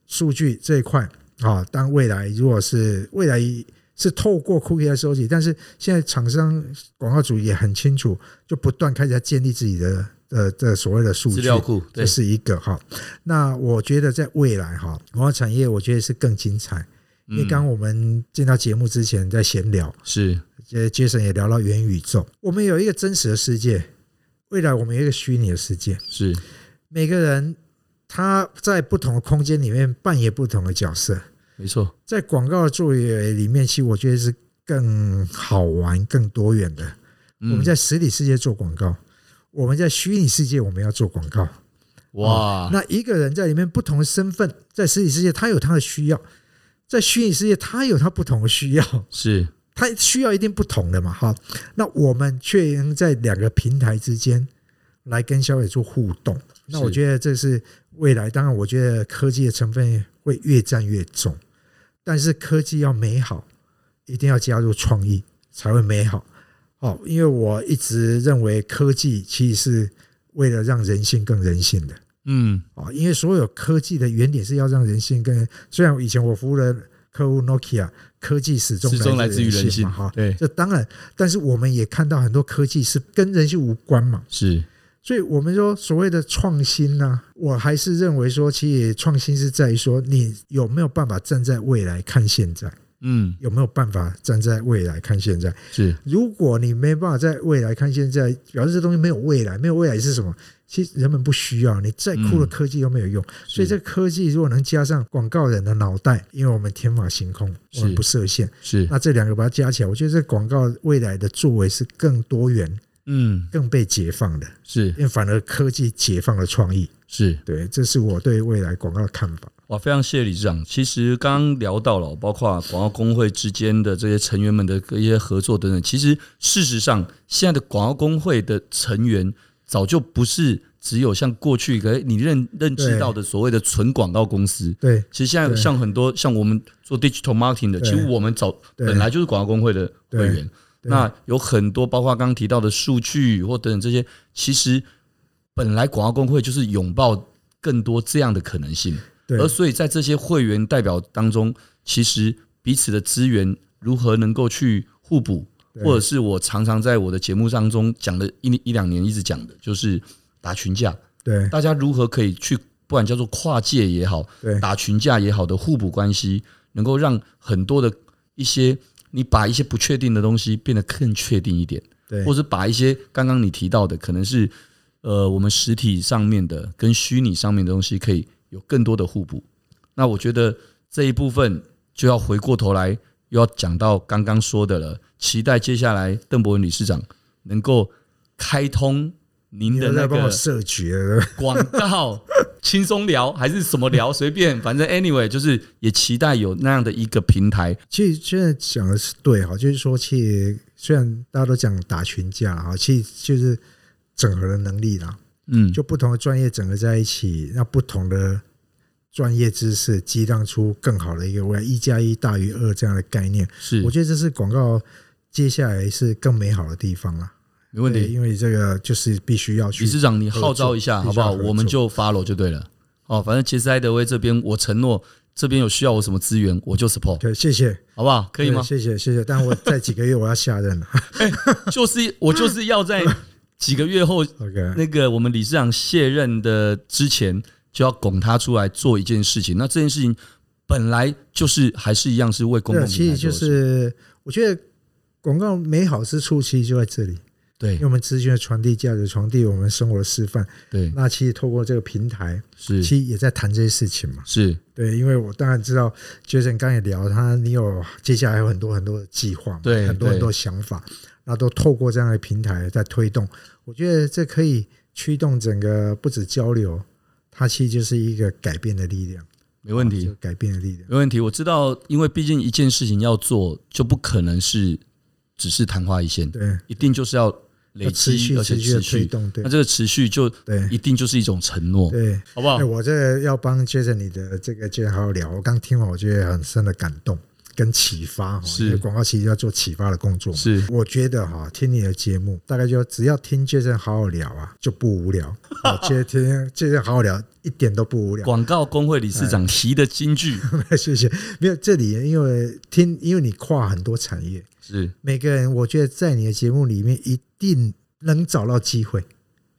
[SPEAKER 3] 数据这一块啊，当未来如果是未来是透过 cookie 来收集，但是现在厂商广告主也很清楚，就不断开始在建立自己的呃这所谓的数据
[SPEAKER 2] 资料库，对
[SPEAKER 3] 这，是一个哈。那我觉得在未来哈，广告产业我觉得是更精彩。因为
[SPEAKER 2] 嗯
[SPEAKER 3] 刚刚我们进到节目之前在闲聊，
[SPEAKER 2] 是，
[SPEAKER 3] 杰杰森也聊到元宇宙，我们有一个真实的世界，未来我们有一个虚拟的世界，
[SPEAKER 2] 是，
[SPEAKER 3] 每个人他在不同的空间里面扮演不同的角色，
[SPEAKER 2] 没错，
[SPEAKER 3] 在广告的作业里面，其实我觉得是更好玩、更多元的。我
[SPEAKER 2] 嗯
[SPEAKER 3] 们在实体世界做广告，我们在虚拟世界我们要做广告。
[SPEAKER 2] 哇，
[SPEAKER 3] 那一个人在里面不同的身份，在实体世界他有他的需要，在虚拟世界他有他不同的需要。 *laughs*
[SPEAKER 2] 是，
[SPEAKER 3] 它需要一定不同的嘛，哈。那我们却能在两个平台之间来跟消费者做互动，那
[SPEAKER 2] 是
[SPEAKER 3] 我觉得这是未来。当然，我觉得科技的成分会越占越重，但是科技要美好，一定要加入创意才会美好。哦，因为我一直认为科技其实是为了让人性更人性的。
[SPEAKER 2] 嗯，
[SPEAKER 3] 啊，因为所有科技的原点是要让人性跟虽然以前我服务的客户 Nokia 科技始终
[SPEAKER 2] 始终来
[SPEAKER 3] 来
[SPEAKER 2] 自于人
[SPEAKER 3] 人
[SPEAKER 2] 性
[SPEAKER 3] 嘛，哈，，
[SPEAKER 2] 对，
[SPEAKER 3] 这当然，但是我们也看到很多科技是跟人性无关嘛，
[SPEAKER 2] 是，
[SPEAKER 3] 所以我们说所谓的创新呢、我还是认为说，其实创新是在于说你有没有办法站在未来看现在，
[SPEAKER 2] 嗯，
[SPEAKER 3] 有没有办法站在未来看现在。
[SPEAKER 2] 是，
[SPEAKER 3] 如果你没办法在未来看现在，表示这东西没有未来，没有未来是什么？其实人们不需要，你再酷的
[SPEAKER 2] 嗯
[SPEAKER 3] 科技都没有用。所以这
[SPEAKER 2] 是
[SPEAKER 3] 个科技如果能加上广告人的脑袋，因为我们天马行空，我
[SPEAKER 2] 是
[SPEAKER 3] 们不设限，
[SPEAKER 2] 是，
[SPEAKER 3] 那这两个把它加起来，我觉得这广告未来的作为是更多元、
[SPEAKER 2] 嗯，
[SPEAKER 3] 更被解放的，
[SPEAKER 2] 是
[SPEAKER 3] 因为反而科技解放了创意。
[SPEAKER 2] 是。
[SPEAKER 3] 对，这是我对未来广告的看法。
[SPEAKER 2] 哇，非常谢谢理事长。其实刚刚聊到了，包括广告工会之间的这些成员们的一些合作等等。其实事实上，现在的广告工会的成员早就不是只有像过去个哎你认认知
[SPEAKER 3] 对
[SPEAKER 2] 到的所谓的纯广告公司。
[SPEAKER 3] 对
[SPEAKER 2] 其实现在
[SPEAKER 3] 对
[SPEAKER 2] 像很多像我们做 digital marketing 的，
[SPEAKER 3] 对
[SPEAKER 2] 其实我们早
[SPEAKER 3] 对
[SPEAKER 2] 本来就是广告工会的会员。
[SPEAKER 3] 对
[SPEAKER 2] 那有很多包括刚刚提到的数据或等等这些，其实本来广告工会就是拥抱更多这样的可能性。
[SPEAKER 3] 对
[SPEAKER 2] 而所以在这些会员代表当中，其实彼此的资源如何能够去互补，
[SPEAKER 3] 对
[SPEAKER 2] 或者是我常常在我的节目当中讲的一一两年一直讲的，就是打群架，
[SPEAKER 3] 对
[SPEAKER 2] 大家如何可以去，不管叫做跨界也好，
[SPEAKER 3] 对
[SPEAKER 2] 打群架也好的互补关系，能够让很多的一些你把一些不确定的东西变得更确定一点。
[SPEAKER 3] 对
[SPEAKER 2] 或者把一些刚刚你提到的，可能是呃我们实体上面的跟虚拟上面的东西，可以有更多的互补。那我觉得这一部分就要回过头来，又要讲到刚刚说的了。期待接下来邓博文理事长能够开通您
[SPEAKER 3] 你
[SPEAKER 2] 的
[SPEAKER 3] 有
[SPEAKER 2] 那
[SPEAKER 3] 在帮我
[SPEAKER 2] 个
[SPEAKER 3] 设局了，对 *laughs* 吧
[SPEAKER 2] 广告，轻松聊还是什么聊，随便，反正 anyway，就是也期待有那样的一个平台。
[SPEAKER 3] 其实现在讲的是对哈，就是说，其实虽然大家都讲打群架哈，其实就是整合的能力啦，
[SPEAKER 2] 嗯，
[SPEAKER 3] 就不同的专业整合在一起，让不同的专业知识激荡出更好的一个未来，一加一大于二这样的概念。
[SPEAKER 2] 是
[SPEAKER 3] 我觉得这是广告接下来是更美好的地方啦。
[SPEAKER 2] 没问
[SPEAKER 3] 对，
[SPEAKER 2] 题。
[SPEAKER 3] 因为这个就是必须要去
[SPEAKER 2] 理事长，你
[SPEAKER 3] 合
[SPEAKER 2] 号召
[SPEAKER 3] 作
[SPEAKER 2] 一下
[SPEAKER 3] 必须
[SPEAKER 2] 好不好？
[SPEAKER 3] 要合
[SPEAKER 2] 我们
[SPEAKER 3] 作
[SPEAKER 2] 就 follow 就对了。哦，反正杰斯埃德威这边，我承诺这边有需要我什么资源，我就 support，
[SPEAKER 3] 对，谢谢，
[SPEAKER 2] 好不好？可以吗
[SPEAKER 3] 对？谢谢，谢谢。但我在几个月我要啊下
[SPEAKER 2] *laughs*
[SPEAKER 3] 任了。
[SPEAKER 2] 就是我就是要在几个月后，
[SPEAKER 3] OK，
[SPEAKER 2] 那个我们理事长卸任的之前，就要拱他出来做一件事情。那这件事情本来就是还是一样是为公
[SPEAKER 3] 对，
[SPEAKER 2] 共
[SPEAKER 3] 其
[SPEAKER 2] 平
[SPEAKER 3] 实
[SPEAKER 2] 台
[SPEAKER 3] 就
[SPEAKER 2] 做的事，
[SPEAKER 3] 是我觉得广告美好之处其实就在这里，
[SPEAKER 2] 对
[SPEAKER 3] 因为我们资讯的传递价值，传递我们生活的示范。
[SPEAKER 2] 对
[SPEAKER 3] 那其实透过这个平台，
[SPEAKER 2] 是
[SPEAKER 3] 其实也在谈这些事情嘛。
[SPEAKER 2] 是
[SPEAKER 3] 对，因为我当然知道，Jason 刚也聊他，你有接下来有很多很多的计划嘛，
[SPEAKER 2] 对
[SPEAKER 3] 很多很
[SPEAKER 2] 对
[SPEAKER 3] 多想法，那都透过这样的平台在推动。我觉得这可以驱动整个不止交流，它其实就是一个改变的力量，
[SPEAKER 2] 没问
[SPEAKER 3] 就
[SPEAKER 2] 题，
[SPEAKER 3] 改变的力量。
[SPEAKER 2] 没问题。我知道，因为毕竟一件事情要做，就不可能是只是昙花一现，
[SPEAKER 3] 对，
[SPEAKER 2] 一定就是要累
[SPEAKER 3] 要持
[SPEAKER 2] 积，
[SPEAKER 3] 续
[SPEAKER 2] 而且
[SPEAKER 3] 持续的
[SPEAKER 2] 持
[SPEAKER 3] 推
[SPEAKER 2] 续。
[SPEAKER 3] 动，对
[SPEAKER 2] 那这个嗯持续就
[SPEAKER 3] 对
[SPEAKER 2] 一定就是一种承诺，
[SPEAKER 3] 对。
[SPEAKER 2] 好不好
[SPEAKER 3] 哎，？我这个要帮 Jason 你的这个 Jason 好好聊。我刚听完，我觉得很深的感动跟启发哈。
[SPEAKER 2] 是
[SPEAKER 3] 因为广告其实要做启发的工作嘛。
[SPEAKER 2] 是
[SPEAKER 3] 我觉得哈，听你的节目，大概就只要听 Jason 好好聊啊，就不无
[SPEAKER 2] *laughs*
[SPEAKER 3] 聊。我觉得听 Jason 好好聊一点都不无聊。
[SPEAKER 2] 广告工会理事
[SPEAKER 3] 哎
[SPEAKER 2] 长提的金句
[SPEAKER 3] *laughs* 谢谢。没有这里，因为听，因为你跨很多产业，
[SPEAKER 2] 是
[SPEAKER 3] 每个人我觉得在你的节目里面一定能找到机会，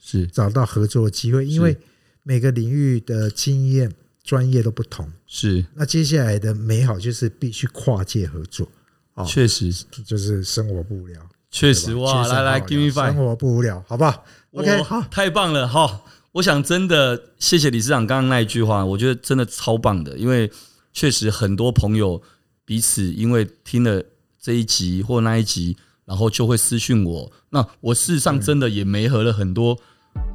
[SPEAKER 2] 是
[SPEAKER 3] 找到合作的机会，因为每个领域的经验、专业都不同。
[SPEAKER 2] 是，
[SPEAKER 3] 那接下来的美好就是必须跨界合作，哦
[SPEAKER 2] 确实
[SPEAKER 3] 就是生活不无聊，
[SPEAKER 2] 确
[SPEAKER 3] 对
[SPEAKER 2] 实
[SPEAKER 3] 吧
[SPEAKER 2] 哇，
[SPEAKER 3] 其实
[SPEAKER 2] 来
[SPEAKER 3] 很
[SPEAKER 2] 来
[SPEAKER 3] 好
[SPEAKER 2] ，give me
[SPEAKER 3] 聊
[SPEAKER 2] five
[SPEAKER 3] 生。活不无聊，好不好？OK，
[SPEAKER 2] 我
[SPEAKER 3] 好，
[SPEAKER 2] 太棒了哈！我想真的谢谢理事长刚刚那一句话，我觉得真的超棒的，因为确实很多朋友彼此因为听了这一集或那一集，然后就会私讯我。那我事实上真的也媒合了很多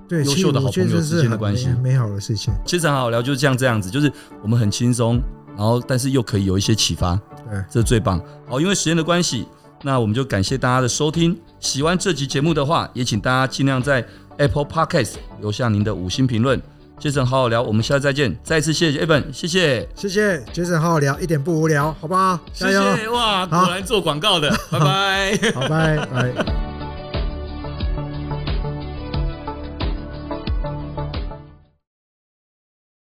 [SPEAKER 3] 对，
[SPEAKER 2] 优
[SPEAKER 3] 其实
[SPEAKER 2] 秀的好
[SPEAKER 3] 我觉得
[SPEAKER 2] 朋友
[SPEAKER 3] 这
[SPEAKER 2] 之
[SPEAKER 3] 是
[SPEAKER 2] 间的
[SPEAKER 3] 很
[SPEAKER 2] 关系
[SPEAKER 3] 美美好的事情，
[SPEAKER 2] 其实很好聊，就是这样这样子，就是我们很轻松，然后但是又可以有一些启发，
[SPEAKER 3] 对，
[SPEAKER 2] 这最棒。哦好，因为时间的关系，那我们就感谢大家的收听。喜欢这集节目的话，也请大家尽量在 Apple Podcast 留下您的五星评论。杰森好好聊，我们下次再见。再次谢谢 Evan，谢谢，
[SPEAKER 3] 谢谢 Jason，好好聊，一点不无聊，好不好？
[SPEAKER 2] 谢
[SPEAKER 3] 加油， *laughs*
[SPEAKER 2] 谢，哇，果然做广告的，拜拜。
[SPEAKER 3] 好，拜拜。